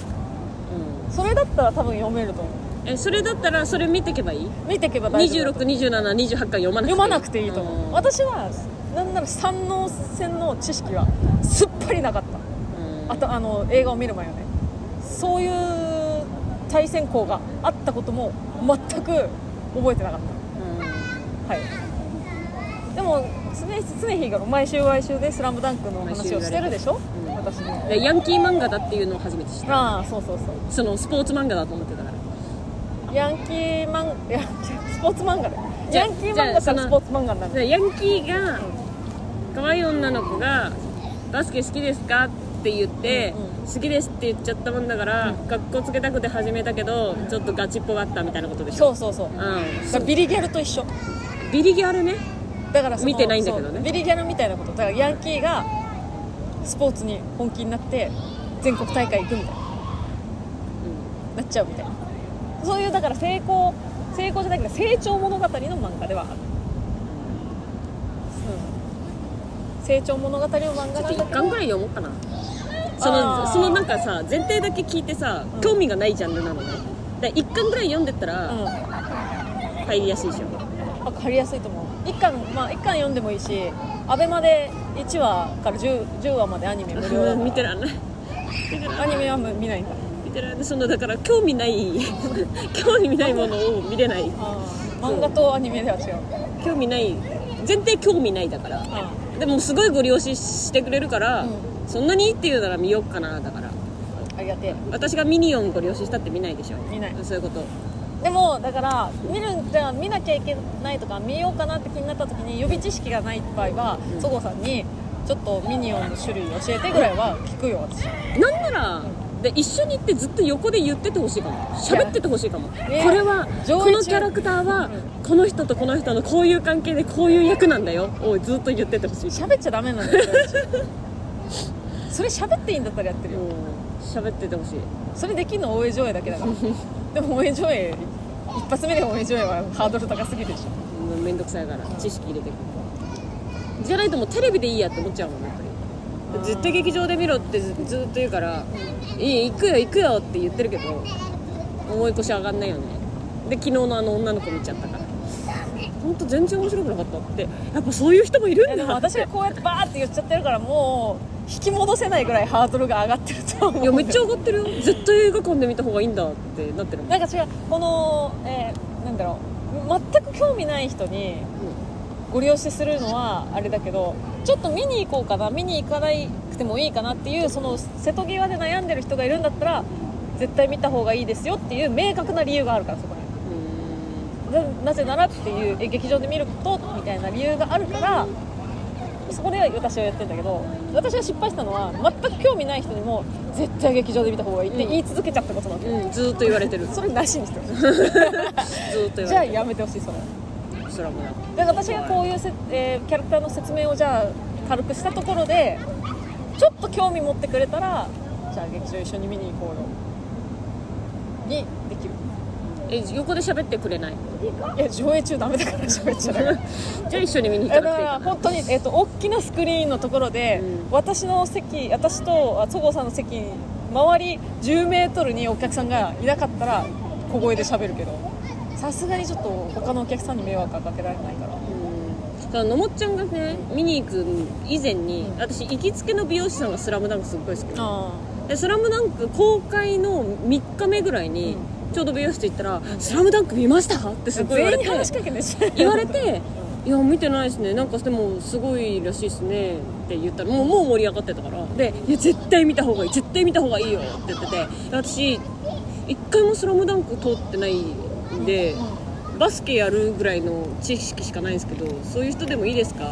[SPEAKER 2] それだったら多分読めると思うん
[SPEAKER 1] えそれだったらそれ見てけばいい
[SPEAKER 2] 見ていけば大丈夫だと思う
[SPEAKER 1] 262728巻読まなくていい
[SPEAKER 2] 読まなくていいと思う、
[SPEAKER 1] うん
[SPEAKER 2] 私はなんなら三能線の知識はすっぱりなかった
[SPEAKER 1] うん
[SPEAKER 2] あとあの映画を見る前よねそういう対戦校があったことも全く覚えてなかっ
[SPEAKER 1] う
[SPEAKER 2] たはいでも常常日が毎週毎週で「スラムダンクの話をしてるでしょ、
[SPEAKER 1] うん
[SPEAKER 2] 私も
[SPEAKER 1] んでヤンキー漫画だっていうのを初めて知った
[SPEAKER 2] ああそうそうそう
[SPEAKER 1] そのスポーツ漫画だと思ってたから
[SPEAKER 2] ヤンキー漫画ヤンキースポーツ漫画だよ
[SPEAKER 1] じゃ
[SPEAKER 2] ヤ
[SPEAKER 1] あ
[SPEAKER 2] ンキー漫画からスポーツ漫画になる
[SPEAKER 1] でヤンキーが可愛い女の子が「バスケ好きですか?」って言って、
[SPEAKER 2] う
[SPEAKER 1] 好きですって言っちゃったもんだから、学校つけたくて始めたけどちょっとガチっぽかったみたいなことでし
[SPEAKER 2] そ
[SPEAKER 1] ょ
[SPEAKER 2] うそうそう
[SPEAKER 1] う
[SPEAKER 2] だ
[SPEAKER 1] ん
[SPEAKER 2] からビリギャルと一緒
[SPEAKER 1] ビリギャルね
[SPEAKER 2] だからその
[SPEAKER 1] 見てないんだけどね
[SPEAKER 2] そうビリギャルみたいなことだからヤンキーがスポーツに本気になって全国大会行くみたいななっちゃうみたいなそういうだから成功成功じゃないけど成長物語の漫画ではある、うん、成長物語の漫画なん
[SPEAKER 1] ち
[SPEAKER 2] だ
[SPEAKER 1] ょっと
[SPEAKER 2] けど
[SPEAKER 1] 1巻ぐらい読もうかなその
[SPEAKER 2] あー
[SPEAKER 1] そのなんかさ前提だけ聞いてさ、
[SPEAKER 2] うん
[SPEAKER 1] 興味がないジャンルなのねで1巻ぐらい読んでったら、
[SPEAKER 2] うん
[SPEAKER 1] 入りやすいでしょ
[SPEAKER 2] あ借りやすいと思う1巻まあ一巻読んでもいいしアベマで1話から 10, 10話までアニメ無料だか
[SPEAKER 1] うん
[SPEAKER 2] ら
[SPEAKER 1] 見てらんない
[SPEAKER 2] アニメは見ないんだ
[SPEAKER 1] 見てらんないそのだから興味ない 興味ないものを見れないそう
[SPEAKER 2] 漫画とアニメでは違う
[SPEAKER 1] 興味ない前提興味ないだから
[SPEAKER 2] あ
[SPEAKER 1] でもすごいご利用ししてくれるか
[SPEAKER 2] う
[SPEAKER 1] ら、
[SPEAKER 2] ん
[SPEAKER 1] そんなにいいって言うなら見よっかなだから
[SPEAKER 2] ありがてえ
[SPEAKER 1] 私がミニオンご利用ししたって見ないでしょ
[SPEAKER 2] 見ない
[SPEAKER 1] そういうこと
[SPEAKER 2] でもだから見るんじゃあ見なきゃいけないとか見ようかなって気になった時に予備知識がない場合は
[SPEAKER 1] うん
[SPEAKER 2] そごうさんにちょっとミニオンの種類教えてぐらいは聞くよ私
[SPEAKER 1] なんならで一緒に行ってずっと横で言っててほしいかも喋っててほしいかも、
[SPEAKER 2] ね
[SPEAKER 1] これは
[SPEAKER 2] 上位
[SPEAKER 1] この
[SPEAKER 2] 中
[SPEAKER 1] キャラクターは、
[SPEAKER 2] う
[SPEAKER 1] この人とこの人のこういう関係でこういう役なんだよをずっと言っててほしい
[SPEAKER 2] 喋っちゃダメなんだよ私それ喋っていいんだったらやってるよ
[SPEAKER 1] うん喋っててほしい
[SPEAKER 2] それできるの応援上映だけだから でも応援上映一発目で応援上映はハードル高すぎるでしょ
[SPEAKER 1] うんめんどくさいから知識入れてくるじゃないともうテレビでいいやって思っちゃうもんやっぱり
[SPEAKER 2] うん
[SPEAKER 1] 絶対劇場で見ろってずずっと言うから「いい行くよ行くよ」って言ってるけど思い越し上がんないよねで昨日のあの女の子見ちゃったから本当全然面白くなかったってやっぱそういう人もいる
[SPEAKER 2] いや
[SPEAKER 1] ん
[SPEAKER 2] で
[SPEAKER 1] だ
[SPEAKER 2] も私がこうやってバーって言っちゃってるからもう引き戻せないぐらいハードルが上がってると思う
[SPEAKER 1] いやめっちゃ上がってるよ絶対映画館で見た方がいいんだってなってるもん、
[SPEAKER 2] なんか違うこの、えーなんだろう全く興味ない人にご利用しするのはあれだけどちょっと見に行こうかな見に行かなくてもいいかなっていうその瀬戸際で悩んでる人がいるんだったら絶対見た方がいいですよっていう明確な理由があるからそこに
[SPEAKER 1] う
[SPEAKER 2] ななぜならっていうえ劇場で見ることみたいな理由があるからそこで私はやってんだけど私が失敗したのは全く興味ない人にも絶対劇場で見た方がいいって言い続けちゃったことなんだ
[SPEAKER 1] ん、うん、ずーっと言われてるず
[SPEAKER 2] それなしにしてほしい
[SPEAKER 1] ーっと言
[SPEAKER 2] じゃ
[SPEAKER 1] わ
[SPEAKER 2] あ
[SPEAKER 1] れて
[SPEAKER 2] やめてほしいそれ
[SPEAKER 1] るそスラムだ
[SPEAKER 2] だから私がこういうせ、えーキャラクターの説明をじゃあ軽くしたところでちょっと興味持ってくれたらじゃあ劇場一緒に見に行こうよにできる
[SPEAKER 1] え横で喋ってくれない
[SPEAKER 2] いや上映中ダメだから喋っちゃダメ
[SPEAKER 1] じゃあ一緒に見に行
[SPEAKER 2] だ
[SPEAKER 1] か
[SPEAKER 2] か
[SPEAKER 1] なくていい
[SPEAKER 2] ら
[SPEAKER 1] か
[SPEAKER 2] 本当に、えっと大きなスクリーンのところで、
[SPEAKER 1] うん
[SPEAKER 2] 私の席私とあそごうさんの席周り1 0メートルにお客さんがいなかったら小声で喋るけどさすがにちょっと他のお客さんに迷惑はかけられないから
[SPEAKER 1] うんだからのもっちゃんがね見に行く以前に、
[SPEAKER 2] うん
[SPEAKER 1] 私行きつけの美容師さんが「スラムダンクすっごい好きなの
[SPEAKER 2] あ
[SPEAKER 1] で「スラムダンク公開の3日目ぐらいに、ちょうど美容室行ったら「スラムダンク見ました?」ってすごい言わ
[SPEAKER 2] 全
[SPEAKER 1] れ
[SPEAKER 2] 員
[SPEAKER 1] て
[SPEAKER 2] に話しかけてし
[SPEAKER 1] 言われて「いや見てないですねなんかでもすごいらしいですね」って言ったらもうもう盛り上がってたからで「いや絶対見た方がいい絶対見た方がいいよ」って言ってて私一回も「スラムダンク通ってないんで、バスケやるぐらいの知識しかないんですけどそういう人でもいいですかっ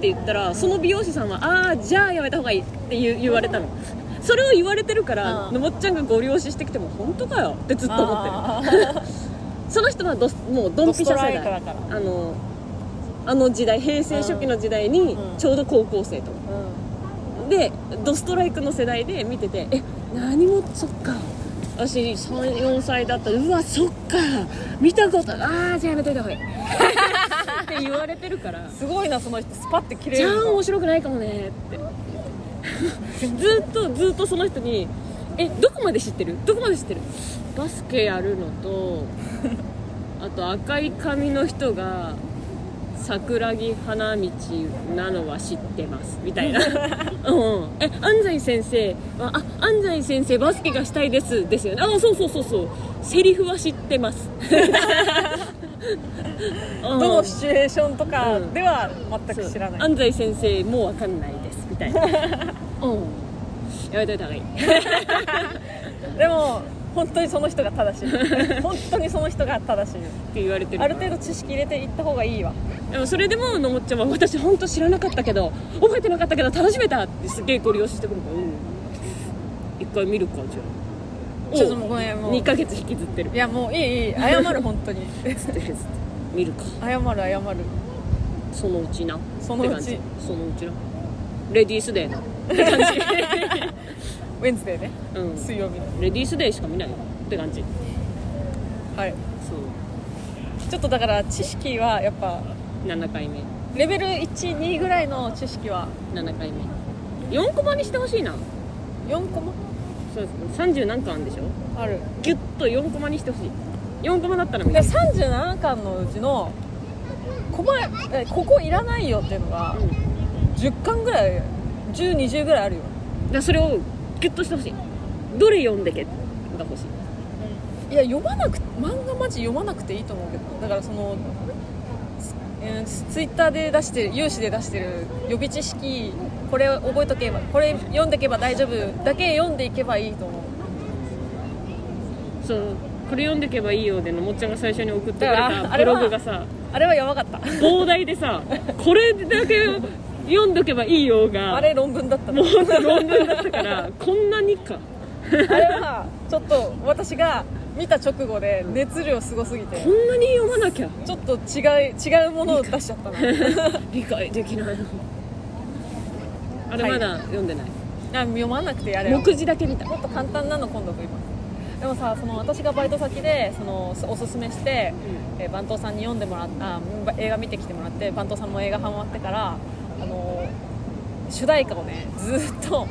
[SPEAKER 1] て言ったらその美容師さんは「ああじゃあやめた方がいい」って言う言われたのそれを言われてるから
[SPEAKER 2] うん
[SPEAKER 1] のもっちゃんがご了承してきても本当かよってずっと思ってる
[SPEAKER 2] ってる
[SPEAKER 1] その人はどもうドンピシャ
[SPEAKER 2] ドスト
[SPEAKER 1] 世代
[SPEAKER 2] ライカーだか
[SPEAKER 1] あのあの時代平成初期の時代に
[SPEAKER 2] うん
[SPEAKER 1] ちょうど高校生と、でドストライクの世代で見ててえ何もそっか私34歳だったうわそっか見たことああじゃあやめといた方 がいいって言われてるから
[SPEAKER 2] すごいなその人スパッて切れ
[SPEAKER 1] じゃ
[SPEAKER 2] る
[SPEAKER 1] あ
[SPEAKER 2] の
[SPEAKER 1] 面白くないかもねって ずっとずっとその人に「えどこまで知ってるどこまで知ってる?」バスケやるのとあと赤い髪の人が桜木花道なのは知ってますみ たいなうんえ安西先生はあ安西先生バスケがしたいですですよねあそうそうそうそうセリフは知ってます うん
[SPEAKER 2] どのシチュエーションとかでは全く知らない、
[SPEAKER 1] 安西先生もわかんないですみた いなうんやめといた方がいい
[SPEAKER 2] でも本当にその人が正し い本当にその人が正しい
[SPEAKER 1] って言われてる
[SPEAKER 2] ある程度知識入れていった方がいいわ
[SPEAKER 1] でもそれでものもっちゃんは私本当知らなかったけど覚えてなかったけど楽しめたってすげえご利用してくるからうん一回見るかじゃあ
[SPEAKER 2] ちょっともうごめんもう
[SPEAKER 1] 2ヶ月引きずってる
[SPEAKER 2] いやもういいいい謝る本当に
[SPEAKER 1] つってつって見るか
[SPEAKER 2] 謝る謝る
[SPEAKER 1] そのうちな
[SPEAKER 2] そのうち
[SPEAKER 1] って感じそのうちなレディースデーなって感 じ、
[SPEAKER 2] ウェンズデーね
[SPEAKER 1] う
[SPEAKER 2] 水曜日の
[SPEAKER 1] ん、レディースデーしか見ないよって感じ
[SPEAKER 2] はい
[SPEAKER 1] そう
[SPEAKER 2] ちょっとだから知識はやっぱ
[SPEAKER 1] 7回目
[SPEAKER 2] レベル12ぐらいの知識は
[SPEAKER 1] 7回目4コマにしてほしいな
[SPEAKER 2] 4コマ
[SPEAKER 1] そうです30何巻あるんでしょ
[SPEAKER 2] ある
[SPEAKER 1] ギュッと4コマにしてほしい4コマだったら見
[SPEAKER 2] で
[SPEAKER 1] たい
[SPEAKER 2] 37巻のうちのコマえここいらないよっていうのが
[SPEAKER 1] うんだか
[SPEAKER 2] 10巻ぐらい1020ぐらいあるよ
[SPEAKER 1] らそれをギュッとしてほしいどれ読んでけが欲しい
[SPEAKER 2] いや読まなく漫画マジ読まなくていいと思うけどだからその、すえーツイッターで出してる有志で出してる予備知識これ覚えとけばこれ読んでけば大丈夫だけ読んでいけばいいと思う
[SPEAKER 1] そうこれ読んでけばいいよでのもっちゃんが最初に送ってくれ
[SPEAKER 2] だから
[SPEAKER 1] た
[SPEAKER 2] あ
[SPEAKER 1] ブ
[SPEAKER 2] れは
[SPEAKER 1] ログがさ
[SPEAKER 2] あれはやばかった
[SPEAKER 1] 膨大でさこれだけ読んどけばいいよが
[SPEAKER 2] あれ論文だった
[SPEAKER 1] も
[SPEAKER 2] の
[SPEAKER 1] うほんと論文だったからこんなにか
[SPEAKER 2] あれはちょっと私が見た直後で熱量すごすぎて
[SPEAKER 1] こんなに読まなきゃ
[SPEAKER 2] ちょっと違い違うものを出しちゃったの
[SPEAKER 1] 理解できないのあれ
[SPEAKER 2] はい
[SPEAKER 1] まだ読んでない、
[SPEAKER 2] あ読まなくてやれよ
[SPEAKER 1] 目次だけ見た
[SPEAKER 2] もっと簡単なの今度送りますでもさその私がバイト先でそのおすすめして、えー番頭さんに読んでもらったあ映画見てきてもらって番頭さんも映画ハマってからあのー主題歌をねずーっと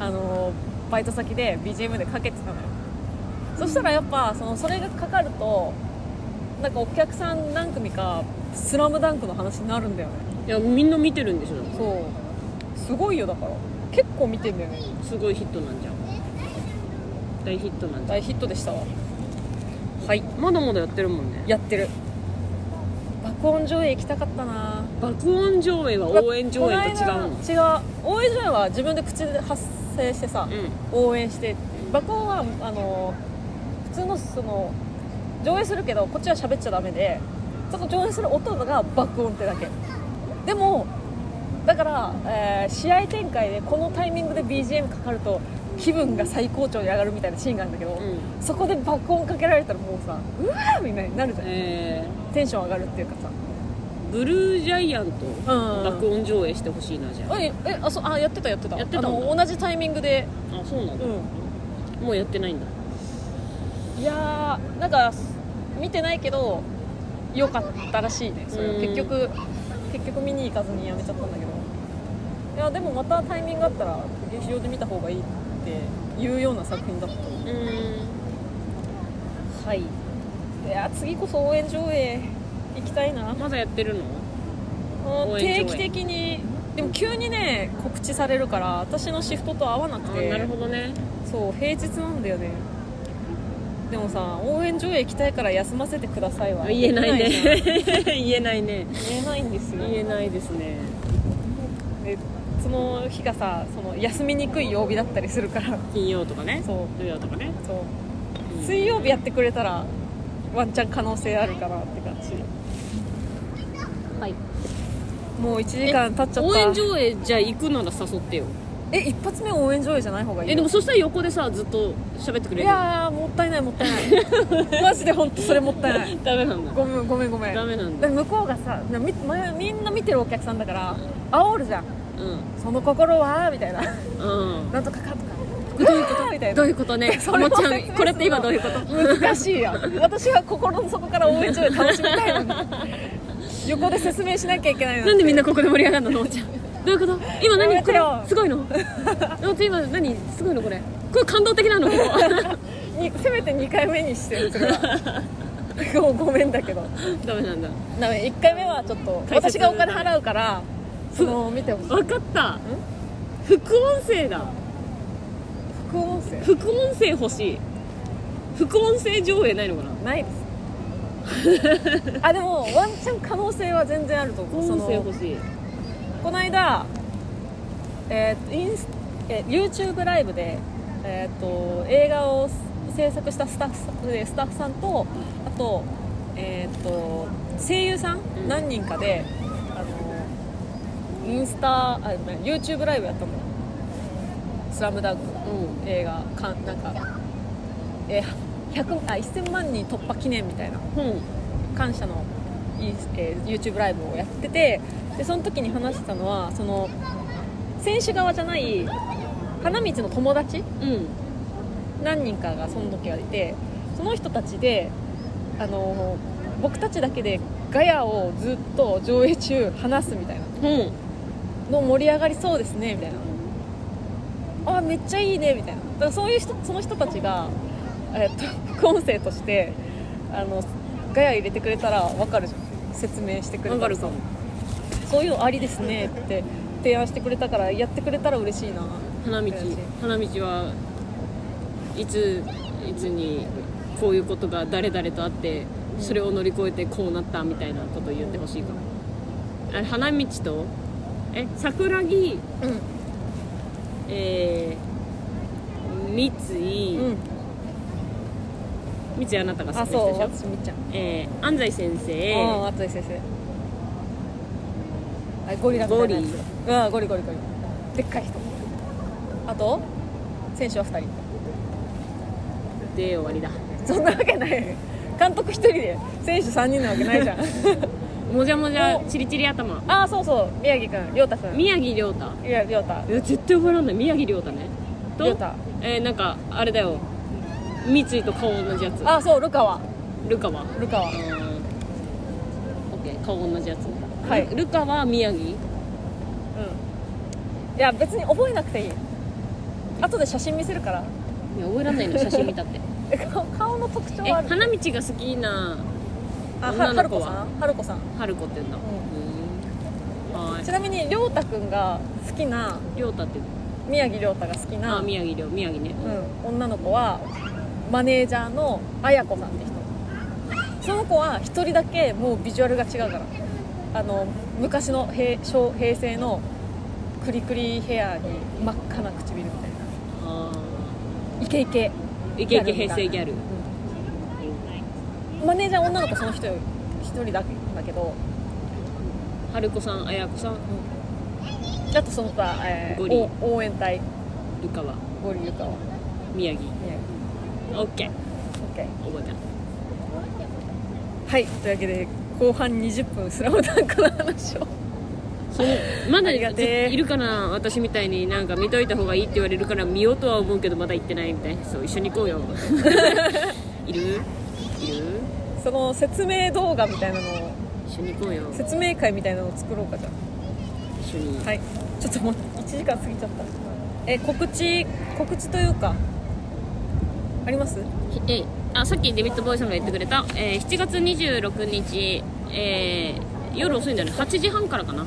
[SPEAKER 2] あのーバイト先で BGM でかけてたのよそしたらやっぱそのそれがかかるとなんかお客さん何組か「スラムダンクの話になるんだよね
[SPEAKER 1] いやみんな見てるんでしょ
[SPEAKER 2] そうすごいよだから結構見てんだよね
[SPEAKER 1] すごいヒットなんじゃん大ヒットなんじゃ
[SPEAKER 2] 大ヒットでしたわ
[SPEAKER 1] んはいまだまだやってるもんね
[SPEAKER 2] やってる爆音上映行きたかったな
[SPEAKER 1] 爆音上映は応援上映と違うの
[SPEAKER 2] この間違う応援上映は自分で口で発声してさ、応援して爆音はあの普通のその上映するけどこっちは喋っちゃダメでその上映する音が爆音ってだけでもだから、えー試合展開でこのタイミングで BGM かかると気分が最高潮に上がるみたいなシーンがあるんだけど、
[SPEAKER 1] うんうん
[SPEAKER 2] そこで爆音かけられたらもうさうわーみたいになるじゃん
[SPEAKER 1] え
[SPEAKER 2] テンション上がるっていうかさ
[SPEAKER 1] ブルージャイアント
[SPEAKER 2] うん
[SPEAKER 1] 爆音上映してほしいなじゃあ
[SPEAKER 2] ええあそうあやってたやってた
[SPEAKER 1] やってたんだ
[SPEAKER 2] あの同じタイミングで
[SPEAKER 1] あそうなんだ、
[SPEAKER 2] う
[SPEAKER 1] もうやってないんだ
[SPEAKER 2] んいやーなんか見てないけど良かったらしいねそれは
[SPEAKER 1] うん
[SPEAKER 2] 結局結局見に行かずにやめちゃったんだけどいやでもまたタイミングあったら劇場で見た方がいいっていうような作品だった
[SPEAKER 1] うん
[SPEAKER 2] はいいや次こそ応援上映行きたいな
[SPEAKER 1] まだやってるの
[SPEAKER 2] もう
[SPEAKER 1] 応
[SPEAKER 2] 定
[SPEAKER 1] 援上映
[SPEAKER 2] 期的にでも急にね告知されるから私のシフトと合わな
[SPEAKER 1] あ
[SPEAKER 2] くて
[SPEAKER 1] ーなるほどね
[SPEAKER 2] そう平日なんだよねでもさ応援上映行きたいから休ませてくださいは
[SPEAKER 1] 言えないね
[SPEAKER 2] できじゃん
[SPEAKER 1] 言えないね
[SPEAKER 2] 言えないんですよ
[SPEAKER 1] 言えないですね
[SPEAKER 2] でその日がさその休みにくい曜日だったりするから
[SPEAKER 1] 金曜とかね
[SPEAKER 2] そ
[SPEAKER 1] 土曜とかね
[SPEAKER 2] うそう
[SPEAKER 1] うん
[SPEAKER 2] 水曜日やってくれたらワンチャン可能性あるかなって感じ
[SPEAKER 1] はい
[SPEAKER 2] もう1時間経っちゃった
[SPEAKER 1] 応援上映じゃあ行くなら誘ってよ
[SPEAKER 2] え一発目応援上映じゃない方がいいよ
[SPEAKER 1] えでもそしたら横でさずっと喋ってくれる
[SPEAKER 2] いやーもったいないもったい ないマジで本当それもったいない
[SPEAKER 1] ダメなんだ
[SPEAKER 2] ごめんごめんごめん
[SPEAKER 1] ダメなんだ
[SPEAKER 2] で向こうがさみ前みんな見てるお客さんだから煽るじゃん
[SPEAKER 1] う
[SPEAKER 2] その心はみたいな
[SPEAKER 1] んうん
[SPEAKER 2] なんとかかとかどういうこと みたい
[SPEAKER 1] ど
[SPEAKER 2] な
[SPEAKER 1] ういうことね
[SPEAKER 2] そ
[SPEAKER 1] お
[SPEAKER 2] れ
[SPEAKER 1] も
[SPEAKER 2] も
[SPEAKER 1] ちゃ
[SPEAKER 2] 説明するの
[SPEAKER 1] んこれって今どういうこと
[SPEAKER 2] 難しいやん私は心の底から応援上映楽しみたいのに横で説明しなきゃいけないの
[SPEAKER 1] なんでみんなここで盛り上がるののおもちゃんどういうこと今
[SPEAKER 2] やめ
[SPEAKER 1] 何こ
[SPEAKER 2] て
[SPEAKER 1] れ
[SPEAKER 2] よ
[SPEAKER 1] すごいの のおちゃん今何すごいのこれこれ感動的 なのここ
[SPEAKER 2] にせめて2回目にしてるそれはもうごめんだけど
[SPEAKER 1] ダメなんだ
[SPEAKER 2] ダメ1回目はちょっと
[SPEAKER 1] 解
[SPEAKER 2] 私
[SPEAKER 1] 説
[SPEAKER 2] がお金払うからその見てほしい
[SPEAKER 1] わかった副音声だ
[SPEAKER 2] 副音声
[SPEAKER 1] 副音声欲しい副音声上映ないのかな
[SPEAKER 2] ないですあでもワンチャン可能性は全然あると思う
[SPEAKER 1] 副音声
[SPEAKER 2] その
[SPEAKER 1] 欲しい
[SPEAKER 2] この間、えーとインスえー YouTube ライブで、えー、と映画を制作したスタッフさんえースタッフさんとあと,、えー、と声優さん
[SPEAKER 1] ん
[SPEAKER 2] 何人かで、あのインスタあごめん YouTube ライブやったの「スラムダンク
[SPEAKER 1] う
[SPEAKER 2] 映画かんなんか、えー100あ1000万人突破記念みたいなん
[SPEAKER 1] うん
[SPEAKER 2] 感謝の、いえー YouTube ライブをやっててでその時に話してたのはその選手側じゃない花道の友達
[SPEAKER 1] うん
[SPEAKER 2] 何人かがその時はいてその人たちであの僕たちだけでガヤをずっと上映中話すみたいな
[SPEAKER 1] うん
[SPEAKER 2] の盛り上がりそうですねみたいなあめっちゃいいねみたいなだからそういう人その人たちが、えっと、副音声としてあのガヤ入れてくれたら分かるじゃん説明してくれた
[SPEAKER 1] わかる
[SPEAKER 2] さ
[SPEAKER 1] かも
[SPEAKER 2] そういうのありですねって提案してくれたからやってくれたら嬉しいな
[SPEAKER 1] 花道
[SPEAKER 2] 嬉しい
[SPEAKER 1] 花道はいついつにこういうことが誰々とあってそれを乗り越えてこうなったみたいなことを言ってほしいからあれ花道とえ桜木
[SPEAKER 2] う
[SPEAKER 1] えー、三井、
[SPEAKER 2] ん、うん、
[SPEAKER 1] 三井あなたが好
[SPEAKER 2] あ
[SPEAKER 1] き
[SPEAKER 2] そ
[SPEAKER 1] な人
[SPEAKER 2] う
[SPEAKER 1] でし
[SPEAKER 2] 私
[SPEAKER 1] ょ
[SPEAKER 2] みっちゃん、
[SPEAKER 1] えー、安西先
[SPEAKER 2] うん
[SPEAKER 1] 生
[SPEAKER 2] あとで先生あゴリラみたいなやつうんゴリゴリゴリでっかい人あと選手は2人
[SPEAKER 1] で終わりだ
[SPEAKER 2] そんなわけない監督1人で選手3人なわけない じゃん
[SPEAKER 1] もじゃもじゃ
[SPEAKER 2] お
[SPEAKER 1] チリチリ頭
[SPEAKER 2] あそうそう宮城君亮太君
[SPEAKER 1] 宮城亮太
[SPEAKER 2] いや亮太
[SPEAKER 1] いや絶対覚えらんない宮城亮太ねと
[SPEAKER 2] 亮太
[SPEAKER 1] えー、なんかあれだよ三井と顔同じやつ
[SPEAKER 2] あそうルカワ
[SPEAKER 1] ルカは
[SPEAKER 2] ルカ
[SPEAKER 1] う
[SPEAKER 2] ワ
[SPEAKER 1] ーんオッケー顔同じやつ
[SPEAKER 2] はい
[SPEAKER 1] ルルカは宮城
[SPEAKER 2] うんいや別に覚えなくていい後で写真見せるから
[SPEAKER 1] いや覚えらんないの写真見たって
[SPEAKER 2] え顔顔の特徴
[SPEAKER 1] え
[SPEAKER 2] はある
[SPEAKER 1] 花道が好きな
[SPEAKER 2] あは
[SPEAKER 1] 女
[SPEAKER 2] は
[SPEAKER 1] の
[SPEAKER 2] る
[SPEAKER 1] 子
[SPEAKER 2] こ
[SPEAKER 1] は
[SPEAKER 2] さんはるこさん
[SPEAKER 1] 春子って言うんだうーんは
[SPEAKER 2] ちなみに亮太くんが好きな
[SPEAKER 1] ーい亮太って言うん
[SPEAKER 2] 宮城亮太が好き
[SPEAKER 1] だ
[SPEAKER 2] な
[SPEAKER 1] あ宮城亮宮城ね
[SPEAKER 2] うん、女の子はマネージャーの綾子さんって人その子は一人だけもうビジュアルが違うからあの昔の平昭平成のクリクリヘアに真っ赤な唇みたいな
[SPEAKER 1] あ
[SPEAKER 2] イケイケ
[SPEAKER 1] ーイケイケ平成ギャル
[SPEAKER 2] マネージャー女の子その人よ一人だけだけど、
[SPEAKER 1] 春子さん綾子さん
[SPEAKER 2] あとその他、えー
[SPEAKER 1] ゴリ
[SPEAKER 2] お応援隊
[SPEAKER 1] ルカは
[SPEAKER 2] ゴリゆかは
[SPEAKER 1] 宮城
[SPEAKER 2] 宮城
[SPEAKER 1] オッケー
[SPEAKER 2] OK
[SPEAKER 1] 覚えた
[SPEAKER 2] はいというわけで後半20分スラムダンクの話を
[SPEAKER 1] そうまだ
[SPEAKER 2] ありがてえ
[SPEAKER 1] いるかな私みたいになんか見といた方がいいって言われるから見ようとは思うけどまだ行ってないみたいなそう一緒に行こ うよいるいる
[SPEAKER 2] その説明動画みたいなのを
[SPEAKER 1] 一緒に行こうよ
[SPEAKER 2] 説明会みたいなのを作ろうかじゃあ
[SPEAKER 1] 一緒に、
[SPEAKER 2] はいちょっともう1時間過ぎちゃったえ告知告知というかあります
[SPEAKER 1] えーあさっきデビッド・ボーイさんが言ってくれた、えー7月26日、えー夜遅いんだよね8時半からかな
[SPEAKER 2] うん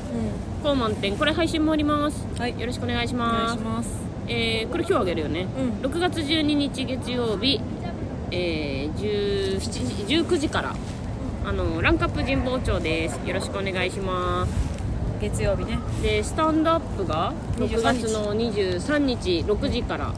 [SPEAKER 1] 高満点これ配信もあります
[SPEAKER 2] はい
[SPEAKER 1] よろしくお願いし
[SPEAKER 2] お願
[SPEAKER 1] ま
[SPEAKER 2] い
[SPEAKER 1] す
[SPEAKER 2] します
[SPEAKER 1] えーこれ今日あげるよね、
[SPEAKER 2] う
[SPEAKER 1] 6月12日月曜日、えー17時19時からあのランカップ神保町ですよろしくお願いしま
[SPEAKER 2] 月曜日ね
[SPEAKER 1] すでスタンドアップが6
[SPEAKER 2] 23
[SPEAKER 1] 月の23日6時から
[SPEAKER 2] う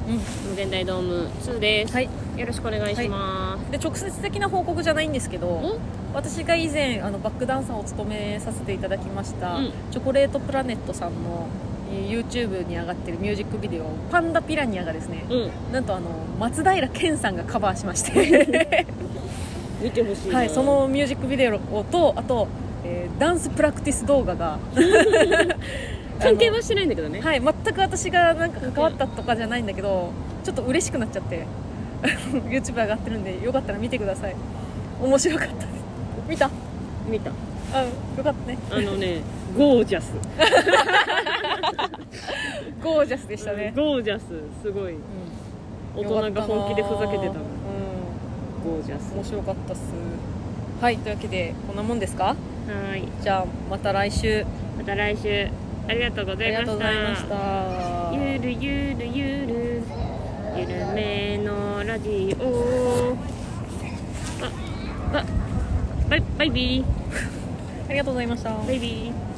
[SPEAKER 1] 無限大ドーム2です、
[SPEAKER 2] はい
[SPEAKER 1] よろしくお願いします、
[SPEAKER 2] んで直接的な報告じゃないんですけど
[SPEAKER 1] お
[SPEAKER 2] 私が以前あのバックダンサーを務めさせていただきました、
[SPEAKER 1] うん
[SPEAKER 2] チョコレートプラネットさんのえー YouTube に上がってるミュージックビデオ「パンダピラニア」がですね
[SPEAKER 1] うん
[SPEAKER 2] なんとあの松平健さんがカバーしまして
[SPEAKER 1] 見てほしいな
[SPEAKER 2] はいそのミュージックビデオとあと、えーダンスプラクティス動画が
[SPEAKER 1] 関係
[SPEAKER 2] あ
[SPEAKER 1] はしてないんだけどね
[SPEAKER 2] のはい全く私がなんか関わったとかじゃないんだけどちょっと嬉しくなっちゃって YouTube 上がってるんでよかったら見てください面白かったです見た
[SPEAKER 1] 見た
[SPEAKER 2] あよかったね
[SPEAKER 1] あのねゴージャス
[SPEAKER 2] ゴージャスでした
[SPEAKER 1] う
[SPEAKER 2] ね
[SPEAKER 1] ん、ゴージャスすごい大
[SPEAKER 2] よか
[SPEAKER 1] 人
[SPEAKER 2] った
[SPEAKER 1] が
[SPEAKER 2] な
[SPEAKER 1] 本気でふざけてた
[SPEAKER 2] う
[SPEAKER 1] のゴージャス
[SPEAKER 2] ん面白かったっすはいというわけでこんなもんですか
[SPEAKER 1] はい
[SPEAKER 2] じゃあまた来週
[SPEAKER 1] また来週ありがとうご
[SPEAKER 2] あ
[SPEAKER 1] ざ
[SPEAKER 2] り
[SPEAKER 1] いま
[SPEAKER 2] が
[SPEAKER 1] した
[SPEAKER 2] とうございました
[SPEAKER 1] ゆるゆるゆるゆるめのラジオばばバイバイビー
[SPEAKER 2] ありがとうございました
[SPEAKER 1] バイビー